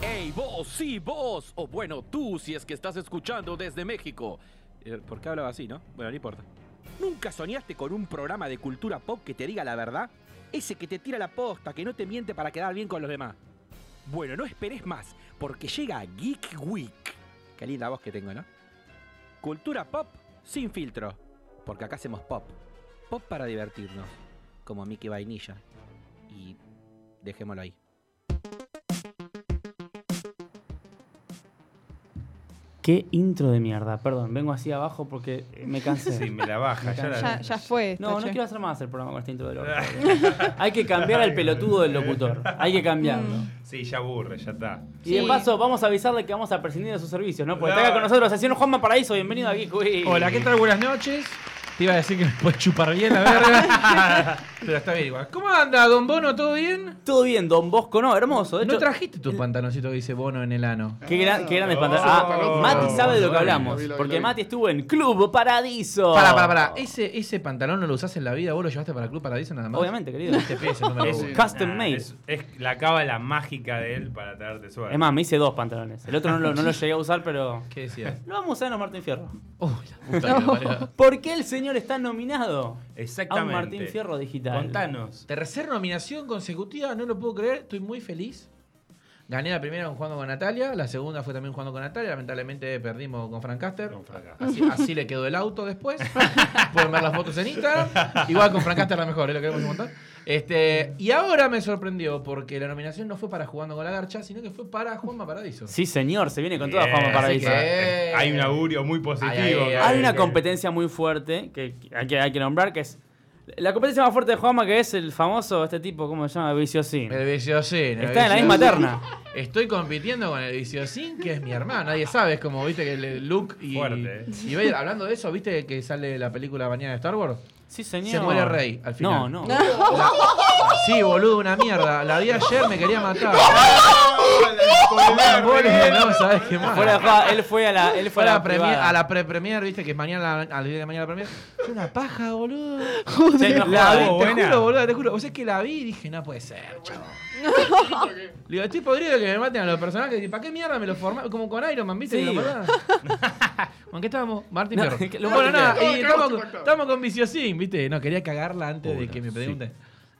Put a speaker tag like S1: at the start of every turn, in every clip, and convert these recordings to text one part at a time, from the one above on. S1: Hey vos, sí vos, o bueno tú si es que estás escuchando desde México. Eh, ¿Por qué hablaba así, no? Bueno, no importa. ¿Nunca soñaste con un programa de cultura pop que te diga la verdad? Ese que te tira la posta, que no te miente para quedar bien con los demás. Bueno, no esperes más, porque llega Geek Week. Qué linda voz que tengo, ¿no? Cultura pop sin filtro, porque acá hacemos pop. Pop para divertirnos, como Mickey Vainilla. Y dejémoslo ahí.
S2: Qué intro de mierda. Perdón, vengo así abajo porque me cansé.
S3: Sí, me la baja. ya la-
S4: Ya, ya fue. esto,
S2: No, no
S4: che.
S2: quiero hacer más el programa con esta intro del orto. Hay que cambiar al pelotudo del locutor. Hay que cambiarlo.
S5: Mm.
S3: Sí, ya aburre, ya está.
S2: Y de
S4: Sí.
S2: paso, vamos a avisarle que vamos a prescindir de sus servicios, ¿no? Porque
S3: No.
S2: está acá con nosotros, señor Juanma Paraíso. Bienvenido aquí, Cui.
S5: Hola, ¿qué tal? Buenas noches. Te iba a decir que me puedes chupar bien la verga. Pero está bien igual. ¿Cómo anda, don Bono? ¿Todo bien?
S2: Todo bien, don Bosco, ¿no? Hermoso. De
S5: no
S2: hecho,
S5: trajiste tus pantaloncitos que dice Bono en el ano.
S2: Qué, gran, qué grandes pantallas.
S3: Oh.
S2: Ah, Mati sabe de lo que
S3: Lo vi,
S2: hablamos.
S6: lo vi, lo vi,
S2: Porque
S6: lo vi.
S2: Mati estuvo en Club Paradiso.
S5: Pará, pará, pará. ¿Ese, ese pantalón no lo usás en la vida, vos lo llevaste para Club Paradiso nada más.
S2: Obviamente, querido.
S5: Este pibe es el número
S3: Es-
S5: uno.
S2: Custom
S3: Nah,
S2: made.
S3: Es, es la cábala mágica de él para traerte suerte.
S2: Es más, me hice dos pantalones. El otro no lo, no lo llegué a usar, pero.
S5: ¿Qué decías?
S2: Lo vamos a usar en los Martín Fierro.
S5: Uy, la puta que lo parió.
S2: ¿Por qué el señor está nominado a un
S3: Exactamente.
S2: Martín Fierro digital?
S3: Contanos.
S5: Tercer nominación consecutiva, no lo puedo creer, estoy muy feliz. Gané la primera con jugando con Natalia, la segunda fue también jugando con Natalia, lamentablemente perdimos con Frank Caster.
S3: No, fraca.
S5: Así, así le quedó el auto después. Pueden ver las fotos en Instagram. Igual con Frank Caster la mejor, ¿eh? lo queremos un montón. Este, y ahora me sorprendió porque la nominación no fue para Jugando con la Garcha, sino que fue para Juanma Paradiso.
S2: Sí, señor, se viene con toda
S3: Bien,
S2: Juanma Paradiso.
S3: así Eh, que- Hay un augurio muy positivo.
S5: Ay, ay, ay,
S2: Hay
S5: ay,
S2: una
S5: que-
S2: competencia muy fuerte que hay, que hay que nombrar, que es. La competencia más fuerte de Juanma, que es el famoso, este tipo, ¿cómo se llama? Viciosín.
S5: El Viciosín. el
S2: Está en la misma
S5: Viciosín.
S2: terna.
S5: Estoy compitiendo con el Viciosín, que es mi hermano. Nadie sabe, es como, viste, que el Luke y.
S3: Fuerte, eh.
S5: Y Vader, hablando de eso, viste que sale la película mañana de Star Wars.
S2: Sí, señor.
S5: Se muere Rey al
S2: No,
S5: final.
S2: no.
S5: La- Sí, boludo, una mierda. La vi ayer, me quería matar. Embole, no, sabes qué más.
S2: Fuera de joda, él fue a la. Él
S5: Fue
S2: fue
S5: a la,
S2: premier,
S5: premier, a la pre-premier, viste, que es mañana, a la- al día de mañana la premier. Fue una paja, boludo.
S2: no
S5: La
S2: jodas.
S5: vi, te
S3: buena.
S5: juro, boludo, te juro. O sea, es que la vi y dije, no puede ser, chavo. Le digo, estoy podrido de que me maten a los personajes. Y, ¿Para qué mierda me los formaron? Como con Iron Man, ¿viste?
S2: Sí.
S5: Que lo mataban. ¿Con qué estábamos? Martín
S2: No,
S5: Fierro.
S2: que lo
S5: bueno,
S2: Martín
S5: nada,
S6: Fierro. No,
S5: y estamos,
S6: quedamos
S5: con-
S6: impactados.
S5: estamos con Viciosín, ¿viste? No, quería cagarla antes de
S3: Puta,
S5: que me
S3: sí.
S5: pregunten.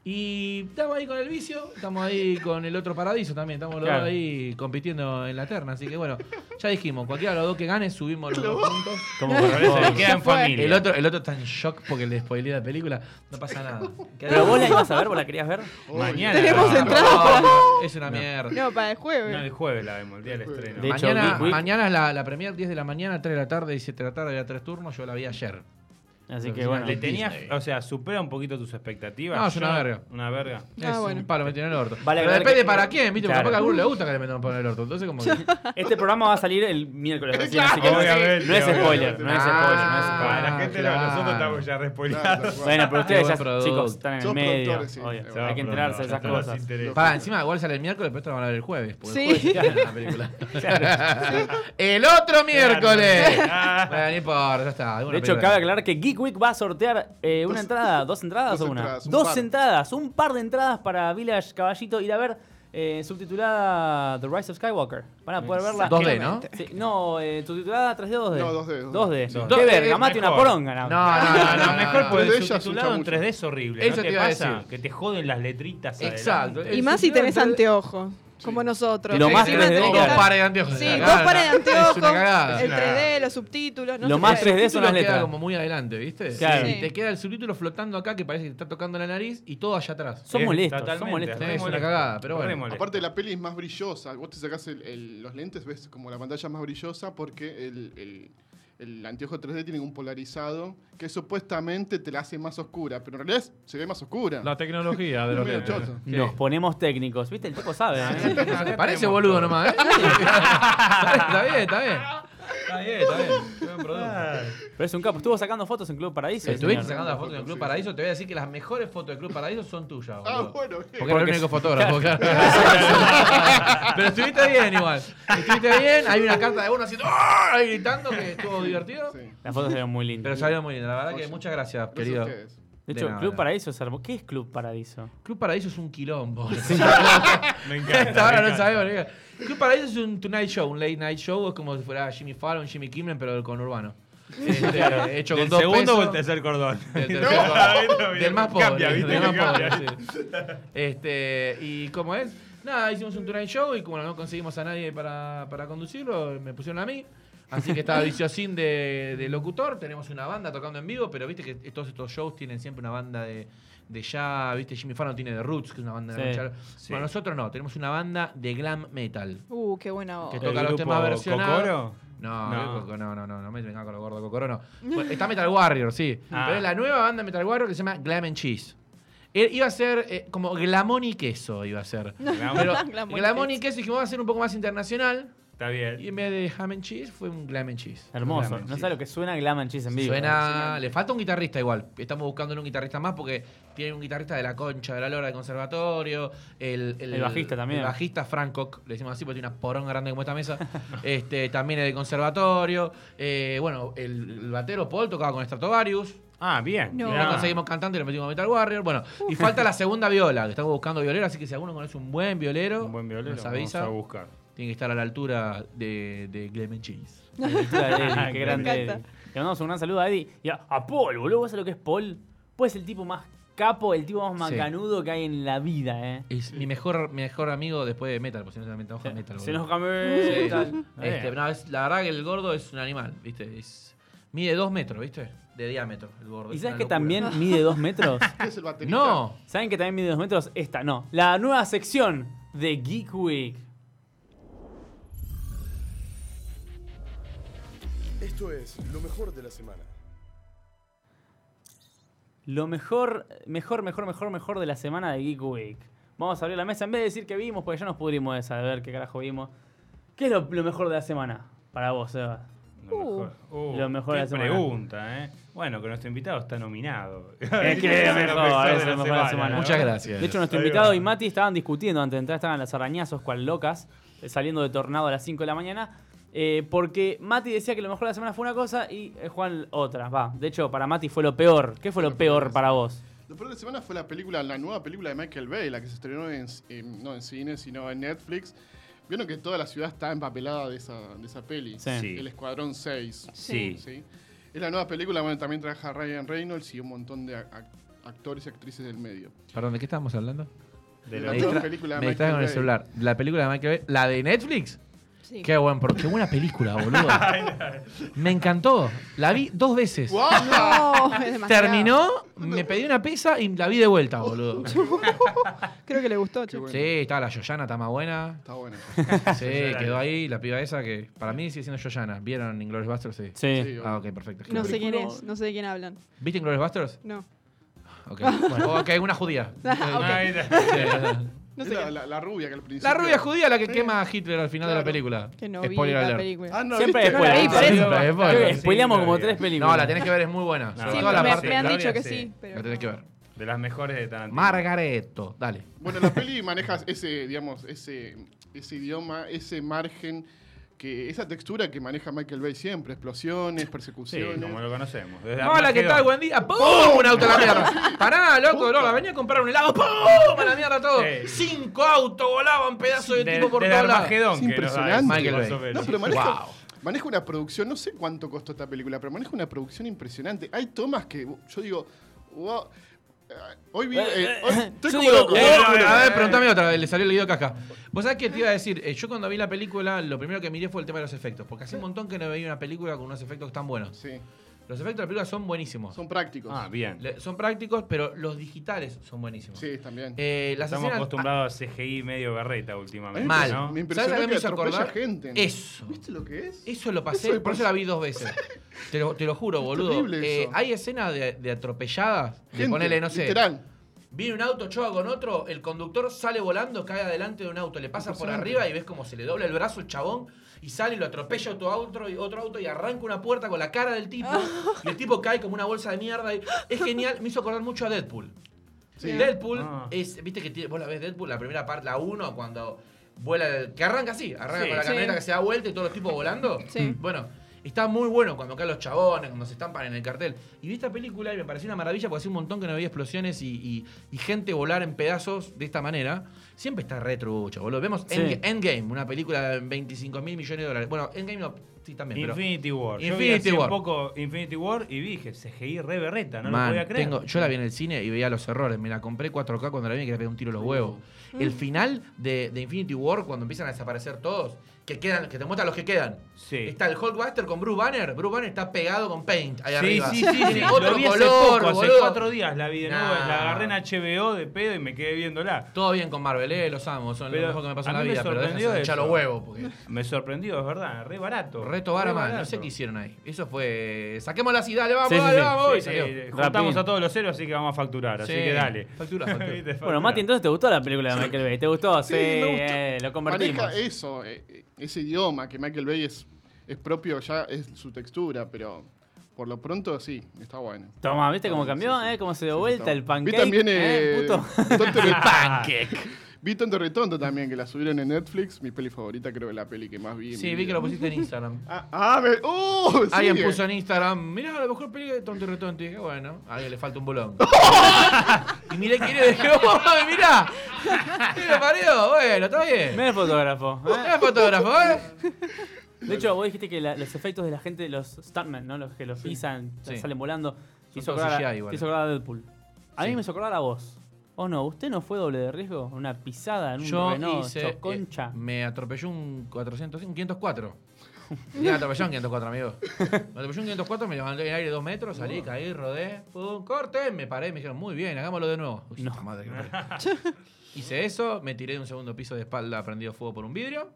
S5: Y estamos ahí con el vicio, estamos ahí con el otro paradiso también, estamos los
S2: Claro.
S5: dos ahí compitiendo en la terna, así que bueno, ya dijimos, cualquiera de los dos que gane, subimos los dos juntos.
S2: Como
S3: Pero se
S2: corresponde.
S3: queda en familia.
S5: El otro, el otro está en shock porque le spoileé la película, no pasa nada.
S2: Pero vos la ibas a ver, vos la querías ver.
S3: Mañana.
S4: Tenemos
S3: la-
S4: entrada.
S5: Ah, No, es una mierda.
S4: No, para el jueves. Ah,
S3: No, el jueves la vemos, el día del estreno.
S2: De hecho,
S5: mañana,
S2: Geek Week-
S5: mañana es la, la premier 10 de la mañana, 3 de la tarde, 7 de la tarde, era 3 turnos, yo la vi ayer.
S2: Así que bueno.
S3: Le tenías,
S5: Disney.
S3: o sea, supera un poquito tus expectativas.
S5: No, es una
S3: Yo-
S5: verga.
S3: Una verga.
S4: Ah,
S5: es
S4: bueno.
S5: un palo metido en el orto.
S2: Vale,
S5: Pero
S2: aclarar
S5: depende
S2: que-
S5: para quién, ¿viste? Porque
S2: Claro.
S5: capaz que a alguno le gusta que le metan un palo en el orto. Entonces, como. que-
S2: Este programa va a salir el miércoles recién, así que no,
S3: Obviamente,
S2: no es spoiler,
S3: obviamente.
S2: no es spoiler, no es
S5: Ah,
S3: Para
S2: spoiler.
S3: la gente, no,
S5: claro.
S3: nosotros estamos ya
S6: Claro,
S3: respoleados.
S6: claro.
S2: Bueno, pero ustedes
S5: Qué
S2: ya,
S5: buen producto.
S2: chicos, están en el
S6: Somos
S2: medio.
S6: productores, sí.
S2: obvio.
S6: Se va
S2: hay que enterarse de esas
S3: No nos
S2: cosas.
S3: interesa.
S5: Pará, encima igual sale el miércoles, pero esto lo van a ver el jueves. porque el
S4: Sí.
S5: jueves ya está la película. el otro miércoles.
S3: Ah.
S5: Bueno, no importa, ya está. alguna
S2: De hecho,
S5: película.
S2: cabe aclarar que Geek Week va a sortear eh, una
S6: Dos-
S2: entrada, dos entradas
S6: dos
S2: o una.
S6: entradas, un
S2: dos
S6: par.
S2: entradas, un par de entradas para Village Caballito. Ir a ver, eh, subtitulada The Rise of Skywalker. Van a poder verla.
S5: 2D, ¿no?
S2: Sí, no, eh, subtitulada 3D o 2D.
S6: No, 2D,
S2: 2D.
S6: 2D.
S3: Dos.
S2: Qué
S5: Dos D
S2: verga,
S5: es
S2: mate una
S3: mejor.
S2: poronga. la-
S5: No, no, no, no, no,
S3: mejor por
S5: no.
S3: el
S6: 3D ya es un
S3: subtitulado en
S6: chamuyo.
S3: 3D es horrible.
S5: Eso
S3: ¿No
S5: te
S3: te,
S5: iba a
S3: pasa?
S5: decir.
S3: Que te joden las letritas.
S5: Exacto.
S3: adelante.
S5: El
S4: Y más si tenés
S5: subtítulo en
S4: anteojos, como nosotros.
S2: Y lo
S4: que
S2: más
S4: encima
S2: 3D
S5: tenés
S4: tenés que
S5: dos
S2: era-
S4: estar-
S5: pares de anteojos.
S4: Sí,
S5: Claro,
S4: dos pares de
S5: Es una
S4: anteojos,
S5: cagada.
S4: el
S3: Nah.
S4: 3D, los subtítulos. No
S2: Lo
S4: se
S2: más
S4: puede.
S2: 3D son las
S5: subtítulo
S2: letras.
S5: queda como muy adelante, ¿viste?
S2: Claro.
S5: Y
S4: Sí.
S5: te queda el subtítulo flotando acá que parece que te está tocando la nariz y todo allá atrás.
S2: Son
S3: Es
S2: molestos, son
S3: totalmente,
S2: molestos.
S3: re
S5: Es una
S3: molesto,
S5: cagada, pero
S3: re
S5: bueno.
S3: molesto.
S6: Aparte la peli es más brillosa, vos te sacás el- el- los lentes, ves como la pantalla más brillosa porque el, el- el anteojo 3D tiene un polarizado que supuestamente te la hace más oscura, pero en realidad se ve más oscura.
S5: tecnología de
S6: los Medio lentes. choto.
S2: Nos ponemos técnicos. ¿Viste? El tipo sabe. ¿eh?
S5: Te parece boludo nomás, ¿eh? está bien, está bien. Está bien, está bien. Buen producto.
S2: Pero es un capo. Estuvo sacando fotos en Club Paradiso. el
S5: Estuviste
S2: señor.
S5: sacando las fotos del Club Paradiso, te voy a decir que las mejores fotos del Club Paradiso son tuyas,
S6: Ah,
S5: boludo.
S6: bueno, bien.
S5: Porque era el único fotógrafo, claro. Pero estuviste bien igual. Estuviste bien, hay una carta de uno haciendo ¡Ah! ahí gritando que estuvo divertido.
S6: Sí.
S2: Las fotos eran muy lindas.
S5: Pero salió muy bien, la verdad que muchas gracias,
S6: Gracias a
S5: querido.
S6: ustedes.
S2: De
S5: De
S2: hecho,
S5: nada.
S2: Club Paraíso es hermoso. ¿Qué es Club Paraíso?
S5: Club Paraíso es un quilombo.
S3: Me
S5: Hasta
S3: encanta.
S5: ahora
S3: me
S5: no
S3: encanta.
S5: sabemos. nigga. Club Paraíso es un Tonight Show, un Late Night Show. Es como si fuera Jimmy Fallon, Jimmy Kimmel, pero con Urbano. Este, hecho con
S3: ¿Del
S5: dos
S3: segundo o el
S5: pesos.
S3: tercer cordón?
S5: Del tercer
S6: No,
S5: cordón.
S3: no,
S5: Del más pobre.
S3: cambia, ¿viste?
S5: del más
S3: Cambia.
S5: pobre, sí. Este, y cómo es, nada, hicimos un tonight show y como no conseguimos a nadie para, para conducirlo, me pusieron a mí. Así que estaba Viciosín de, de locutor, tenemos una banda tocando en vivo, pero viste que todos estos shows tienen siempre una banda de, de ya, viste, Jimmy Fallon tiene The Roots, que es una banda de
S2: Sí,
S5: rock. Bueno, nosotros no, tenemos una banda de glam metal.
S4: Uh, qué buena onda.
S5: Que toca
S3: ¿El
S5: los
S3: grupo
S5: temas versionados.
S3: Cocoro?
S5: No,
S3: No.
S5: no, Coco, no, no, no, no me venga con lo gordo, Cocoro no. Bueno, Está Metal Warrior, sí.
S2: Ah.
S5: Pero es la nueva banda de Metal Warrior que se llama Glam and Cheese. Eh, Iba a ser eh, como glamón y queso, iba a ser. Pero
S4: Glamón y
S5: glamón y queso dijimos, vamos a ser un poco más internacional.
S3: Está bien.
S5: Y en vez de ham and cheese, fue un glam and cheese.
S2: Hermoso.
S3: Glam and
S2: No
S3: Cheese.
S2: sabes lo que suena Glam and Cheese en vivo.
S5: Suena. Le falta un guitarrista igual. Estamos buscando un guitarrista más porque tiene un guitarrista de la concha de la lora del conservatorio. El,
S2: El bajista también.
S5: El bajista Francock, le decimos así porque tiene una porón grande como esta mesa. este, también es del conservatorio. Eh, bueno, el, el batero Paul tocaba con Stratovarius.
S3: Ah, bien.
S4: No.
S5: No.
S4: Ah.
S5: conseguimos cantante y lo metimos a Metal Warrior. Bueno, y falta la segunda viola, que estamos buscando violero, así que si alguno conoce un buen violero,
S3: Un buen violero.
S5: nos
S3: Vamos
S5: avisa.
S3: a buscar.
S5: Tiene que estar a la altura de, de Clement Cheese.
S2: Suena. Qué
S3: Me
S2: grande. Eddie.
S4: encanta.
S2: Le mandamos un gran saludo a Eddie y a, a Paul, boludo. ¿Vos sabés lo que es Paul? Pues el tipo más capo, el tipo más
S5: Sí.
S2: macanudo que hay en la vida, eh.
S5: Es mi mejor, mi mejor amigo después de Metal, porque si no también estamos en Metal.
S2: Se
S5: boludo.
S2: nos cambió.
S5: Sí.
S2: tal.
S5: Este, no, es- la verdad que el gordo es un animal, ¿viste? Es- mide dos metros, ¿viste? De diámetro, el gordo.
S2: ¿Y
S5: es
S2: sabes
S5: una
S2: que
S5: locura.
S2: también mide dos metros?
S6: ¿Qué es el baterista?
S5: No,
S2: ¿Saben que también mide dos metros? Esta, no. La nueva sección de Geek Week.
S7: Esto es lo mejor de la semana.
S2: Lo mejor, mejor, mejor, mejor, mejor de la semana de Geek Week. Vamos a abrir la mesa. En vez de decir que vimos, porque ya nos pudrimos de saber qué carajo vimos. ¿Qué es lo, lo mejor de la semana para vos, Eva?
S3: Lo mejor. Uh,
S2: Lo mejor
S3: qué
S2: de la semana.
S3: pregunta, ¿eh? Bueno, que nuestro invitado está nominado.
S2: Es que es lo mejor, es lo mejor de la semana.
S5: muchas gracias.
S2: De hecho, nuestro
S3: Ahí
S2: invitado
S3: va.
S2: y Mati estaban discutiendo antes de entrar, estaban las arañazos cual locas, eh, saliendo de tornado a las 5 de la mañana. eh, porque Mati decía que lo mejor de la semana fue una cosa y eh, Juan otra. Va, de hecho, para Mati fue lo peor. ¿Qué fue lo peor para vos?
S6: Lo peor de la semana fue la película, la nueva película de Michael Bay, la que se estrenó en, en- no en cine, sino en Netflix. Vieron que toda la ciudad está empapelada de esa, de esa peli.
S2: Sí.
S3: Sí.
S6: El Escuadrón 6.
S3: Sí.
S6: ¿sí? Es la nueva película, bueno, también trabaja Ryan Reynolds y un montón de a- a- actores y actrices del medio.
S5: Perdón, ¿de qué estábamos hablando?
S3: De
S6: La
S3: la-
S5: Me
S6: nueva
S5: distra-
S6: película de
S5: me
S6: Michael
S5: distraje con el
S6: Bay.
S5: celular. La película de Michael Bay, la de Netflix.
S4: Sí.
S5: Qué buen, por- qué buena película, boludo. Me encantó. La vi dos veces.
S4: No, Oh, es demasiado.
S5: Terminó, me pedí una pizza y la vi de vuelta, boludo.
S4: Creo que le gustó, che.
S6: bueno.
S5: Sí, estaba la Yoyana, está más buena.
S6: Está bueno.
S5: Sí, quedó ahí la piba esa que para mí sigue siendo Yoyana. ¿Vieron Inglourious Basterds? Sí.
S6: Sí,
S5: Ah, ok, perfecto.
S4: No sé quién es, no sé de quién hablan.
S5: ¿Viste Inglourious Basterds?
S4: No.
S5: Ok, bueno, ok, una judía.
S4: Ah,
S3: Ahí está.
S5: Sí, sí.
S4: No
S6: Es
S4: sé
S6: la,
S4: quién.
S6: la- la rubia que al principio.
S5: La rubia judía la que quema a Hitler al final de la
S6: Claro.
S5: película.
S4: Que no vi
S5: Spoiler
S4: la
S5: alert.
S4: película.
S6: Ah, no,
S2: Siempre
S6: ¿viste?
S2: después, ahí,
S5: Ah,
S2: por
S5: sí,
S2: eso.
S5: pero es bueno.
S2: Creo que
S5: Sí,
S2: spoileamos
S3: la
S2: como
S3: vi.
S2: tres películas.
S5: No, la tenés que ver, es muy buena.
S3: No,
S5: Sobre
S4: Sí,
S5: todo
S4: me,
S5: la
S4: me
S5: parte.
S4: han
S3: la
S4: dicho
S3: rubia
S4: que
S3: sí.
S4: sí, pero
S5: La tenés
S4: no.
S5: que ver.
S3: De las mejores de Tarantino.
S5: Margareto, dale.
S6: Bueno, la peli maneja ese, digamos, ese, ese idioma, ese margen, que esa textura que maneja Michael Bay siempre, explosiones,
S3: Sí,
S6: persecuciones.
S3: como lo conocemos. Desde
S5: Hola, ¿qué
S3: Armagedón.
S5: tal? Buen día. ¡Pum! Un auto a la mierda. Pará, loco, no, la venía a comprar un helado. ¡Pum! A la mierda todo.
S3: Sí.
S5: Cinco autos volaban pedazos de,
S3: De-
S5: tipo por
S3: del
S5: todos lados.
S3: Armagedón,
S6: Es
S3: que nos da
S6: impresionante.
S3: ese
S5: Michael Bay.
S3: más o menos.
S6: No, pero maneja,
S5: Wow.
S6: maneja una producción, no sé cuánto costó esta película, pero maneja una producción impresionante. Hay tomas que yo digo, wow, eh, hoy vi, eh, hoy estoy
S2: yo
S6: como
S2: digo,
S6: loco.
S2: eh,
S5: Eh,
S3: bueno,
S5: a
S3: eh,
S5: ver,
S3: eh.
S5: preguntame otra vez, le salió el Guido Casca. Vos sabés que te iba a decir, Eh, yo cuando vi la película, lo primero que miré fue el tema de los efectos, porque hace un montón que no veía una película con unos efectos tan buenos.
S6: Sí,
S5: Los efectos de la película son buenísimos.
S6: son prácticos.
S3: Ah, bien.
S5: Le- son prácticos, pero los digitales son buenísimos.
S6: Sí, también.
S5: Eh, las
S3: Estamos
S5: escenas-
S3: acostumbrados a CGI medio berreta últimamente.
S5: Mal.
S3: ¿no?
S6: Eh, Me
S5: ¿Sabes
S6: impresionó
S5: a qué me
S6: que
S5: hizo
S6: atropella
S5: acordar?
S6: gente.
S5: Ah, Eso.
S6: ¿Viste lo que es?
S5: Eso lo
S6: Eso
S5: pasé,
S6: me
S5: por eso la vi dos veces. Te lo, te lo juro, boludo.
S6: terrible
S5: Eh,
S6: eso.
S5: hay escenas de, de atropelladas. De
S6: Gente,
S5: ponele, no sé.
S6: Literal.
S5: Viene un auto, choca con otro, el conductor sale volando, cae adelante de un auto, le pasa por arriba y ves como se le dobla el brazo el chabón y sale y lo atropella otro auto y otro auto y arranca una puerta con la cara del tipo
S4: Ah.
S5: y el tipo cae como una bolsa de mierda. y- es genial, me hizo acordar mucho a Deadpool.
S6: Sí.
S5: Deadpool
S3: Ah.
S5: es, viste que tiene- vos la ves Deadpool, la primera parte, la 1, cuando vuela, el- que arranca así, arranca
S3: Sí.
S5: con la
S4: Sí.
S5: camioneta que se da vuelta y todos los tipos volando.
S4: Sí.
S5: Bueno, Está muy bueno cuando caen los chabones, cuando se estampan en el cartel. Y vi esta película y me pareció una maravilla porque hacía un montón que no había explosiones y, y- y gente volar en pedazos de esta manera. Siempre está retro, boludo. Vemos
S2: Sí.
S5: Endga- Endgame, una película de 25 mil millones de dólares. Bueno, Endgame no, sí también, pero...
S3: Infinity War.
S5: Infinity
S3: Yo vi hace
S5: War.
S3: poco Infinity War y vi, dije, CGI re berreta, no
S5: Man,
S3: lo podía creer.
S5: tengo- yo la vi en el cine y veía los errores. Me la compré 4K cuando la vi y quería pegar un tiro a los huevos.
S3: Mm.
S5: El final de, de Infinity War, cuando empiezan a desaparecer todos, que quedan, que te muestran los que quedan.
S3: Sí.
S5: Está el Hulkbuster con Bruce Banner. Bruce Banner está pegado con Paint ahí
S3: Sí,
S5: arriba.
S3: sí, sí, sí.
S5: Tiene Otro
S3: lo vi hace
S5: color,
S3: poco, hace
S5: boludo.
S3: cuatro días la vi de nuevo.
S5: Nah.
S3: La agarré en HBO de pedo y me quedé viéndola.
S5: Todo bien con Marvel, eh, los amo. Son
S3: Pero
S5: lo mejor que me pasó
S3: a
S5: en la
S3: mí me
S5: vida. Pero
S3: sorprendió
S5: déjense de hinchar
S3: eso.
S5: los huevos. Porque...
S3: Me sorprendió, es verdad, re barato.
S5: Reto vara
S3: Re
S5: mal. No
S3: barato.
S5: sé qué hicieron ahí. Eso fue. Saquemos la ciudad, dale, vamos,
S2: Sí, sí,
S5: dale,
S2: sí.
S5: vamos. y
S3: Sí,
S5: salió.
S3: eh, juntamos
S2: Rapidín.
S3: a todos los ceros, así que vamos a facturar. Así
S5: Sí.
S3: que dale.
S5: Factura, factura.
S3: Viste,
S2: Bueno,
S3: factura.
S2: Mati, entonces te gustó la película de Michael Bay. ¿Te gustó? Sí,
S6: me gustó.
S2: eh, lo convertimos.
S6: Maneja eso, eh, eh, ese idioma que Michael Bay es, es propio, ya es su textura, pero por lo pronto sí, está bueno.
S2: Toma, ¿viste cómo
S6: Sí,
S2: cambió?
S6: sí, sí.
S2: ¿Eh? ¿Cómo se dio
S6: Sí,
S2: vuelta
S6: está
S2: el
S6: bueno.
S2: pancake?
S6: Vi también
S2: ¿Eh,
S6: eh,
S2: puto?
S6: Tonto y Re-
S5: Pancake.
S6: vi Tonto y Retonto también, que la subieron en Netflix. Mi peli favorita, creo que la peli que más vi. en
S5: Sí,
S6: mi
S5: vi que
S6: vida.
S5: lo pusiste en Instagram.
S6: Ah, ah, me- ¡Uh!
S5: Alguien
S6: sigue.
S5: puso en Instagram, mirá, a lo mejor película de tonto y retonto. Y dije, bueno, a alguien le falta un bolón. y miré quién es, dije, ¡oh, mirá! ¡Mira, pareo! Bueno, está bien.
S2: Mira el fotógrafo. ¿eh?
S5: Es fotógrafo, ¿eh?
S2: De hecho, vos dijiste que la- los efectos de la gente, los stuntmen, ¿no? Los que los pisan,
S5: Sí.
S2: salen volando. Te
S5: Son
S2: hizo,
S5: todos
S2: acordar, a-
S5: CGI igual.
S2: te hizo acordar a Deadpool. A mí
S5: Sí.
S2: me hizo acordar a vos. Oh no, ¿usted no fue doble de riesgo? Una pisada en un Renault,
S5: eh,
S2: choconcha.
S5: me atropelló un 400, un 504. Me atropelló un 504, amigo. Me atropelló un 504, me levanté en el aire dos metros, salí, caí, rodé, un corte, me paré, me dijeron, muy bien, hagámoslo de nuevo. Uy,
S2: No.
S5: esta madre que me parió. Hice eso, me tiré de un segundo piso de espalda, prendido fuego por un vidrio,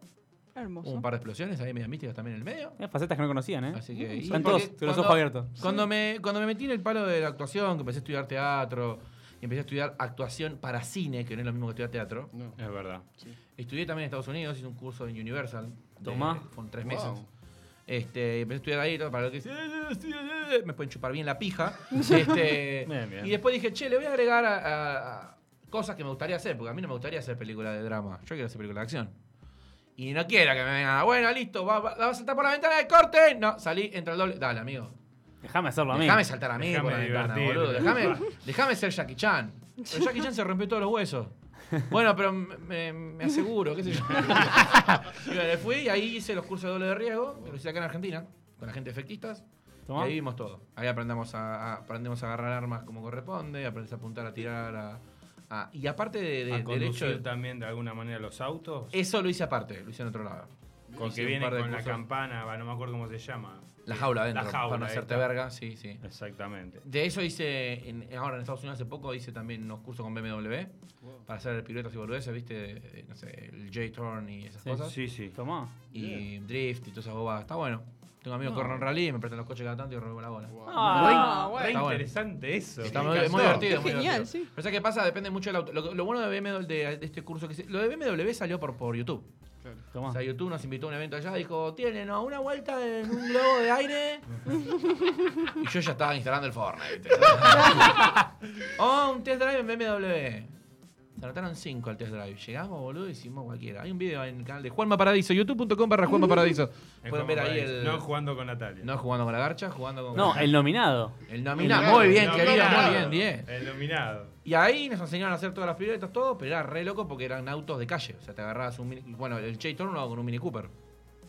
S5: hubo
S4: Hermoso.
S5: Ah, un par de explosiones ahí, medio místicas también en el medio.
S2: Mira, facetas que no conocían,
S6: Ah,
S2: ¿eh?
S5: Así que. y
S2: Están
S5: porque
S2: todos con los
S5: cuando-
S2: ojos abiertos.
S5: Cuando, me, cuando me metí en el palo de la actuación, que empecé a estudiar teatro, y empecé a estudiar actuación para cine, que no es lo mismo que estudiar teatro,
S6: No.
S3: Es verdad.
S5: estudié también en Estados Unidos, hice un curso en Universal. de-
S2: Tomá.
S5: Fueron tres
S6: Wow.
S5: meses. Este, y empecé a estudiar ahí todo para lo que "Eh, me pueden chupar bien la pija. Este,
S3: Bien, bien.
S5: Y después dije, che, le voy a agregar a- a- a cosas que me gustaría hacer, porque a mí no me gustaría hacer películas de drama. Yo quiero hacer películas de acción. Y no quiera que me venga, bueno, listo, va- va- la vas a saltar por la ventana de corte. No, salí, entra el doble. Dale, amigo.
S2: Déjame hacerlo a mí.
S5: Déjame saltar a mí
S3: Déjame
S5: por la ventana,
S3: divertirme.
S5: boludo. Déjame, déjame ser Jackie Chan. Pero Jackie Chan se rompió todos los huesos. Bueno, pero me, me- me aseguro, qué sé yo. y bueno, fui y ahí hice los cursos de doble de riesgo, que los hice acá en Argentina, con la gente de efectistas.
S2: Tomá.
S5: Y ahí vimos todo. Ahí aprendemos a, a- aprendemos a agarrar armas como corresponde, aprendes a apuntar, a tirar, a... a- y aparte de, de-
S3: a
S5: del
S3: conducir
S5: hecho... de-
S3: también de alguna manera los autos.
S5: Eso lo hice aparte, lo hice en otro lado.
S3: con
S5: hice
S3: que
S5: un
S3: viene
S5: par de
S3: con la
S5: cursos.
S3: campana, va, no me acuerdo cómo se llama.
S5: La jaula adentro,
S3: La jaula.
S5: para no
S3: ahí
S5: hacerte
S3: está.
S5: verga, sí, sí.
S3: Exactamente.
S5: De eso hice, en- ahora en Estados Unidos hace poco, hice también unos cursos con BMW para hacer piruetas y boludeces, viste, Eh, no sé, el J-Turn y esas
S2: Sí,
S5: cosas.
S3: Sí, sí.
S2: Tomá.
S5: Y drift y todas esas bobadas. Está bueno. Tengo amigos que
S2: No.
S5: corren rally y me prestan los coches cada tanto y yo robo la bola.
S6: Wow.
S2: Ah,
S3: Re
S2: bueno.
S5: Está bueno.
S3: interesante eso.
S5: Está
S6: Me
S5: muy,
S6: encantó.
S5: muy divertido. muy
S4: Genial,
S5: divertido.
S4: sí.
S5: Pero ¿sabes qué pasa? Depende mucho del auto. Lo, lo bueno de BMW, de, de este curso que hice, lo de BMW salió por, por YouTube.
S6: Claro.
S2: Tomá.
S5: O sea, YouTube nos invitó a un evento allá, dijo, tienen ¿no? una vuelta en un globo de aire. y yo ya estaba instalando el Fortnite. ¿viste? oh, un test drive en BMW. Se anotaron 5 al test drive. Llegamos, boludo, y hicimos cualquiera. Hay un video en el canal de Juanma Paradiso, youtube.com barra Juanma Paradiso.
S3: Es
S5: Pueden
S3: como
S5: ver
S3: para
S5: ahí
S3: decir,
S5: el...
S3: No jugando con Natalia.
S5: no jugando con la garcha, jugando con...
S2: No, el nominado.
S5: El nomina,
S6: Nominado.
S5: muy bien,
S6: El
S5: querido,
S6: nominado.
S5: muy bien, bien.
S3: El nominado.
S5: Y ahí nos enseñaron a hacer todas las piruetas, todo, pero era re loco porque eran autos de calle. O sea, te agarrabas un mini... Bueno, el J-Turn lo hago con un Mini Cooper.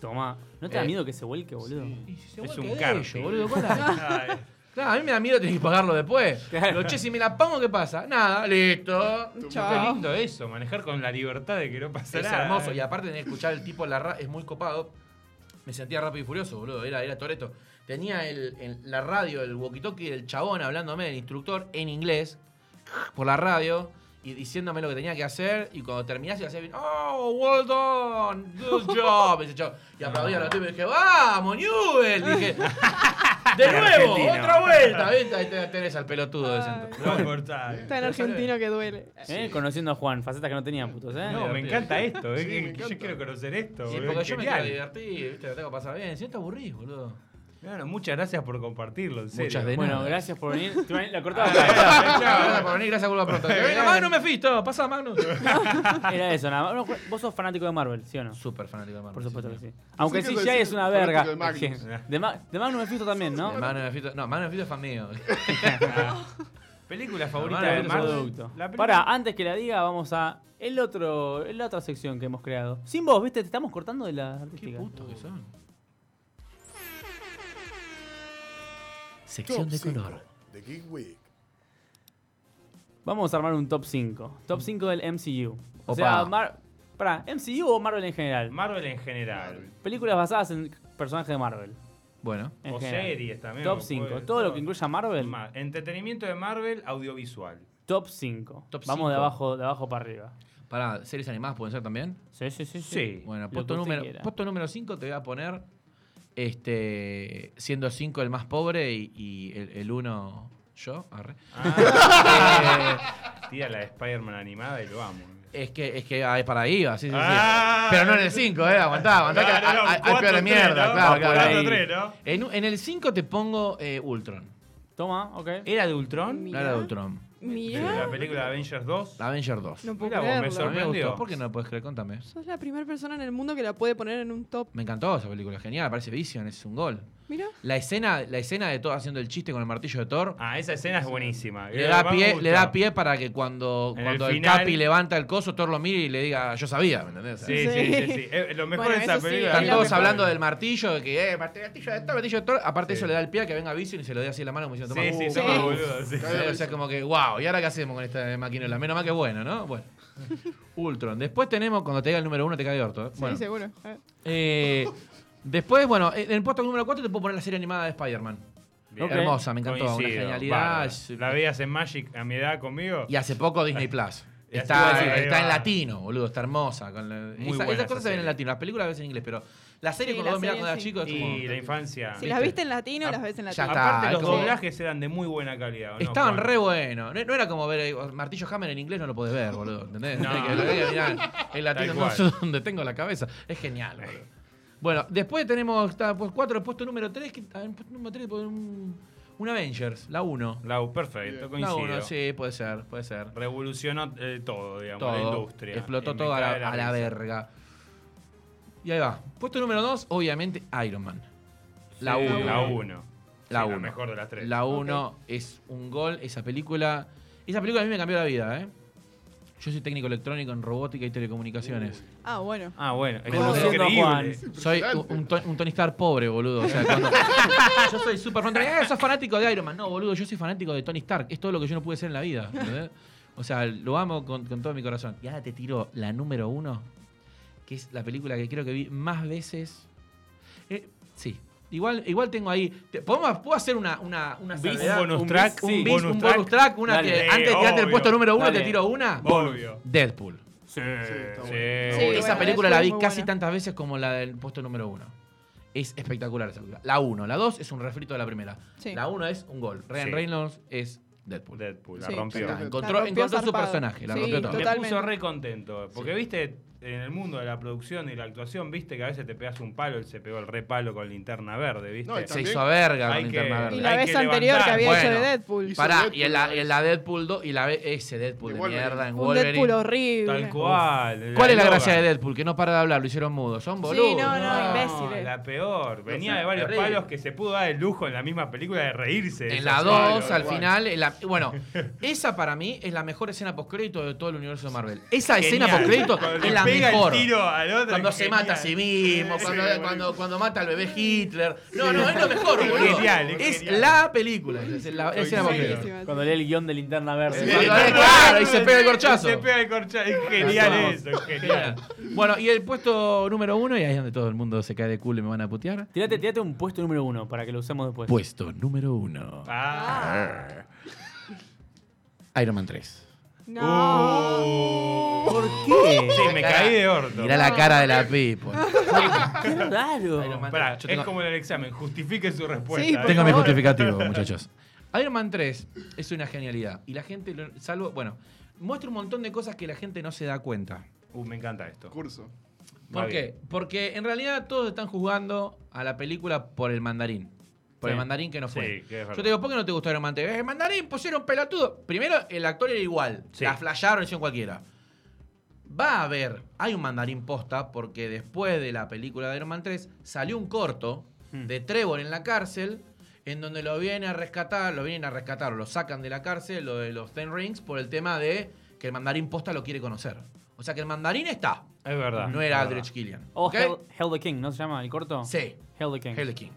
S2: Tomá. ¿No te da
S5: Eh,
S2: miedo que se vuelque, boludo?
S6: Eh,
S5: Y si se
S3: Es
S5: vuelca
S3: un Ah,
S5: de
S3: karting.
S5: ello, boludo, ¿cuál es?
S3: Ay,
S5: Claro, a mí me da miedo tener que pagarlo después.
S2: Claro.
S5: Lo che, si me la pongo, ¿qué pasa? Nada, listo.
S3: Qué
S4: Chao.
S3: lindo eso, manejar con la libertad de que no pasa
S5: Es
S3: nada. eh.
S5: hermoso. Y aparte de escuchar al tipo en la ra- es muy copado. Me sentía rápido y furioso, boludo. Era, era Toreto. Tenía el, el- la radio, el walkie-talkie del chabón hablándome, el instructor, en inglés, por la radio, y diciéndome lo que tenía que hacer. Y cuando terminás, y hacía bien, ¡Oh, well done! ¡Good job! me decía el chabón. Y aplaudía a los tipos y dije, ¡Vamos, Newell! Dije, ¡De nuevo!
S3: Argentino.
S5: ¡Otra vuelta! ¿Viste? Ahí te- tenés al pelotudo de
S4: Ay.
S5: centro.
S3: No, cortá.
S4: Está en argentino que duele.
S2: ¿Eh? Conociendo a Juan, facetas que no tenía, putos, ¿eh?
S3: No, me encanta esto. es
S6: Sí,
S3: que
S6: me
S3: Yo
S6: encanta.
S3: quiero conocer esto.
S5: Sí,
S3: boludo,
S5: porque
S3: es
S5: yo me
S3: genial.
S5: quiero divertir, ¿viste? La tengo que pasar bien. Si no te aburrís, boludo.
S3: Bueno, muchas gracias por compartirlo, en serio.
S5: Muchas de
S2: Bueno,
S5: nada. Ah,
S2: gracias por venir. La cortaba acá.
S5: Gracias por venir, gracias por la pronto. Que venga Magnus Mephisto, pasa Magnus.
S2: Era eso, nada más. Bueno, Vos sos fanático de Marvel, ¿sí o no?
S5: Súper fanático de Marvel.
S2: Por supuesto que sí.
S6: que
S2: Aunque sí,
S6: iba a
S2: ya
S6: decir
S2: es una
S6: fanático
S2: verga.
S6: de Magnus.
S2: De, Ma de Magnum Mephisto también, ¿no?
S5: De Magnus Mephisto, no, Magnus Mephisto es fan mío.
S3: Película
S5: La
S3: favorita
S5: mano
S3: de
S5: de
S3: Marvel.
S2: Producto.
S3: La película-
S2: Para, antes que la diga, vamos a el otro, la otra sección que hemos creado. Sin vos, viste, te estamos cortando de la artística.
S5: que son.
S7: Sección de color. De Geek Week.
S2: Vamos a armar un top 5. Top 5 del MCU. O
S5: Opa.
S2: sea, Mar para, MCU o Marvel en general.
S3: Marvel en general.
S2: Películas basadas en personajes de Marvel.
S5: Bueno,
S2: En
S3: o
S2: general.
S3: series también.
S2: Top
S3: o
S2: 5.
S3: juegos,
S2: Todo lo que incluya Marvel,
S3: Ma- Entretenimiento de Marvel, audiovisual.
S2: top 5.
S5: Top
S2: Vamos de
S5: cinco.
S2: abajo, de abajo para arriba.
S5: pará, series animadas pueden ser también.
S2: Sí, sí, sí.
S3: Sí.
S5: Bueno,
S2: Lo
S5: puesto
S2: que usted
S5: número,
S2: quiera.
S5: puesto número 5 te voy a poner este siendo 5 el más pobre y, y el 1 yo. arre.
S3: Ah, tira la de Spider-Man animada y lo amo. eh.
S5: Es que, es que ah, es para ahí, así, sí, sí.
S3: Ah.
S5: Pero no en el 5, eh, aguantá, aguantá que hay- hay, hay peor de mierda, claro, claro. ahí.
S3: 3, ¿no?
S5: En, un- en el 5 te pongo eh, Ultron.
S2: Toma, ok.
S3: ¿Era de Ultron?
S5: No era de
S4: Eh, Mirá.
S5: Ultron.
S4: Mirá.
S3: La película de Avengers 2.
S5: La Avenger 2.
S4: No puedo
S3: Mirá vos, me
S5: A
S4: creerlo.
S5: mí me
S3: sorprendió.
S5: gustó. ¿Por qué no lo puedes creer? Contame.
S4: Sos la primera persona en el mundo que la puede poner en un top.
S5: Me encantó esa película, genial, parece Vision, es un gol.
S4: Mira.
S5: La escena, la escena de todo haciendo el chiste con el martillo de Thor.
S3: Ah, esa escena es buenísima.
S5: Le da,
S3: Me
S5: pie,
S3: gusta.
S5: le da pie para que cuando,
S3: En
S5: cuando
S3: el
S5: el,
S3: final-
S5: Capi levanta el coso, Thor lo mire y le diga, yo sabía, ¿me entendés? O sea,
S3: Sí, sí, sí.
S4: Sí.
S3: sí. Eh, lo mejor
S4: Bueno,
S3: de esa
S4: eso sí,
S3: película.
S5: Están
S3: es
S4: es lo
S5: todos
S4: mejor.
S5: hablando del martillo, de que, eh, martillo de Thor, martillo de Thor. Aparte
S3: Sí.
S5: eso le da el pie a que venga Vision y se lo dé así en la mano como diciendo,
S3: Sí,
S5: toma.
S3: sí,
S5: uh,
S3: toma,
S4: Sí.
S3: boludo. sí.
S5: Sí, o sea, como que, wow, ¿y ahora qué hacemos con esta maquinola? Menos mal que bueno, ¿no? Bueno. Ultron. Después tenemos, cuando te diga el número uno, te cae de orto. ¿eh? Bueno.
S4: Sí, seguro. A ver.
S5: Eh, después, bueno, en el puesto número 4 te puedo poner la serie animada de Spider-Man.
S3: Bien.
S5: Hermosa, me encantó.
S3: Coincido,
S5: una genialidad.
S3: bárbaro.
S5: es-
S3: La veías en Magic a mi edad conmigo.
S5: Y hace poco Disney Plus.
S3: Y así iba a
S5: Está,
S3: decir, ahí
S5: está
S3: va.
S5: en latino, boludo, está hermosa. con la- esa-
S3: buena
S5: esas
S3: esa
S5: cosas se ven
S3: serie.
S5: en latino, las películas a veces en inglés, pero la serie
S4: Sí,
S5: cuando
S4: la
S5: vos mirás
S4: serie,
S5: cuando eras
S4: sí.
S5: chico es como.
S3: Y la infancia.
S4: Si las viste en latino, las ves en
S5: Ya
S4: latino.
S5: está.
S3: Aparte, los
S5: es como-
S3: doblajes eran de muy buena calidad. ¿o no,
S5: Estaban
S3: Juan?
S5: re buenos. No, no era como ver eh, Martillo Hammer en inglés, no lo podés ver, boludo. ¿Entendés?
S3: No.
S5: Tenés que- tenés que mirar en latino,
S3: Tal
S5: no
S3: cual.
S5: sé dónde tengo la cabeza. Es genial, boludo. Bueno, después tenemos está, pues, cuatro, puesto número 3. puesto número 3 un, un Avengers, la 1.
S3: Lau, perfecto,
S5: La
S3: coincido.
S5: 1, sí, puede ser, puede ser.
S3: Revolucionó eh, todo, digamos,
S5: Todo.
S3: la industria.
S5: Explotó
S3: Y me
S5: todo a
S3: cae
S5: la, a
S3: risa.
S5: la verga. Y ahí va. Puesto número 2, obviamente Iron Man. La
S3: Sí,
S5: 1.
S3: La 1.
S5: La
S3: La
S5: uno.
S3: mejor de las tres.
S5: La 1 es un gol. Esa película. Esa película a mí me cambió la vida, ¿eh? Yo soy técnico electrónico en robótica y telecomunicaciones.
S4: Ah, bueno.
S3: Ah, bueno. Es
S2: Conociendo a
S3: increíble.
S5: Soy un, un Ton- un Tony Stark pobre, boludo. O sea, cuando- yo soy súper fan. ¡Eh, sos fanático de Iron Man! No, boludo, yo soy fanático de Tony Stark. Es todo lo que yo no pude ser en la vida. ¿entendés? O sea, lo amo con, con todo mi corazón. Y ahora te tiro la número uno, que es la película que creo que vi más veces. Eh, sí. Igual, igual tengo ahí. te- ¿podemos, ¿Puedo hacer una, una, una
S3: Un
S5: salvedad?
S3: bonus
S2: un
S3: track.
S2: bis, sí.
S5: un, bis, un bonus track? Una
S2: Dale.
S5: que
S3: Eh,
S5: antes de tirarte el
S3: obvio.
S5: puesto número uno,
S2: Dale.
S5: te tiro una.
S3: Obvio.
S5: Deadpool.
S2: Sí.
S6: Sí, está
S3: Sí.
S6: bueno.
S4: Sí,
S5: Esa
S4: bueno,
S5: película
S4: esa
S5: la
S4: es
S5: vi
S4: muy
S5: casi
S4: buena.
S5: tantas veces como la del puesto número uno. Es espectacular esa película. La 1. La 2 es un refrito de la primera.
S4: Sí.
S5: La 1 es un gol. Ryan
S3: Sí.
S5: Reynolds es Deadpool.
S3: Deadpool, la
S4: Sí.
S3: rompió.
S5: Está,
S6: La
S5: encontró
S4: rompió
S5: encontró su
S4: zarpado.
S5: personaje. La
S4: Sí,
S5: rompió todo.
S3: Me
S4: Totalmente.
S3: puso re contento. Porque viste, en el mundo de la producción y la actuación, viste que a veces te pegas un palo, él se pegó el re palo con linterna verde, viste.
S6: No, y
S5: Se
S6: también-
S5: hizo a verga
S3: Hay
S5: con Interna
S3: que-
S5: Verde.
S4: Y
S3: hay
S4: la vez
S3: que
S4: anterior que había
S5: levantar.
S4: hecho de
S5: Bueno.
S4: Deadpool.
S6: hizo
S5: Pará,
S6: Deadpool,
S5: y en la,
S6: la
S5: en la Deadpool 2 y la ve- ese Deadpool
S6: De
S5: de,
S6: Wolverine.
S5: mierda en
S4: Un
S5: Wolverine.
S4: Deadpool horrible.
S3: Tal cual.
S5: ¿Cuál es la
S3: loca.
S5: gracia de Deadpool? Que no para de hablar, lo hicieron mudo. Son boludos.
S4: no, no, eh. imbéciles.
S3: La peor. Venía de varios
S5: terrible.
S3: palos que se pudo dar el lujo en la misma película de reírse. de
S5: En
S3: esos
S5: la
S3: palos,
S5: 2, al
S3: igual.
S5: final. en la- bueno, esa para mí es la mejor escena postcrédito de todo el universo de Marvel. Esa
S3: Genial.
S5: escena postcrédito
S3: Cuando
S5: es
S3: le
S5: la
S3: pega
S5: mejor.
S3: El tiro al otro,
S5: Cuando
S3: es
S5: se
S3: genial.
S5: mata a sí mismo,
S3: Sí,
S5: cuando,
S3: boludo.
S5: cuando, cuando mata al bebé Hitler. No, no, es lo mejor,
S3: Es
S5: boludo.
S3: genial, es
S5: es
S3: genial.
S5: la película. Es la es la
S3: Buenísimo.
S5: película.
S4: Buenísima,
S2: Cuando lee el guión de Linterna Verde.
S5: Sí. Claro, y se pega el corchazo.
S3: Se pega el corchazo. Es genial eso, es genial.
S5: Bueno, y el puesto número uno, y ahí es donde todo el mundo se cae de culo y me van a putear.
S2: Tirate, tirate un puesto número uno para que lo usemos después.
S5: Puesto número uno.
S3: Ah.
S5: Iron Man 3.
S4: No.
S3: Uh,
S2: ¿Por qué?
S3: Sí, me caí de orto.
S5: Mirá la cara de la people.
S2: Qué raro.
S5: Man-
S3: Pará,
S5: yo tengo-
S3: Es como en el examen, justifique su respuesta.
S4: Sí,
S3: ¿eh?
S4: por-
S5: Tengo mi
S4: favor.
S5: justificativo, muchachos. Iron Man 3 es una genialidad. Y la gente, lo- salvo, bueno, muestra un montón de cosas que la gente no se da cuenta.
S3: Uh, me encanta esto.
S6: Curso.
S5: ¿Por
S3: Va
S5: qué? Porque en realidad todos están jugando a la película por el mandarín. Por
S2: Sí.
S5: el mandarín que no fue.
S3: Sí, que es
S5: Yo
S3: verdad.
S5: te digo, ¿por qué no te gustó Iron Man 3? Eh, mandarín, pusieron pelotudo. Primero, el actor era igual.
S3: Sí.
S5: La flasharon, hicieron cualquiera. Va a haber, hay un mandarín posta, porque después de la película de Iron Man 3 salió un corto
S2: Hmm.
S5: de Trevor en la cárcel, en donde lo vienen a rescatar, lo vienen a rescatar, lo sacan de la cárcel, lo de los Ten Rings, por el tema de que el mandarín posta lo quiere conocer. O sea que el mandarín está,
S3: Es verdad.
S5: no era
S3: es verdad.
S5: Aldrich Killian.
S2: O
S5: ¿ok?
S2: Oh, Hell, Hell the King, ¿no se llama el corto?
S5: Sí.
S2: Hell the King.
S5: Hell King.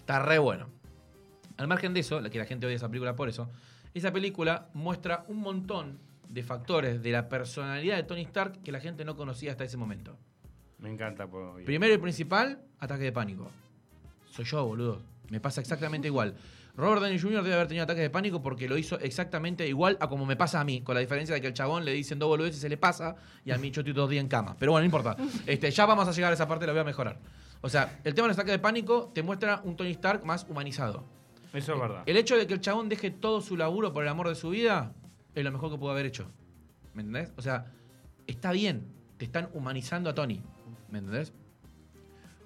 S5: Está re bueno. Al margen de eso, la- que la gente odia esa película por eso, esa película muestra un montón de factores de la personalidad de Tony Stark que la gente no conocía hasta ese momento.
S3: Me encanta. pues, Por...
S5: Primero y principal, ataque de pánico. Soy yo, boludo. Me pasa exactamente igual. Robert Downey Jr. debe haber tenido ataques de pánico porque lo hizo exactamente igual a como me pasa a mí, con la diferencia de que al chabón le dicen dos boludeces y se le pasa y a mí yo estoy dos días en cama. Pero bueno, no importa. Este, ya vamos a llegar a esa parte, la voy a mejorar. O sea, el tema del ataque de pánico te muestra un Tony Stark más humanizado.
S3: Eso es verdad.
S5: El hecho de que el chabón deje todo su laburo por el amor de su vida es lo mejor que pudo haber hecho. ¿Me entendés? O sea, está bien. Te están humanizando a Tony. ¿Me entendés?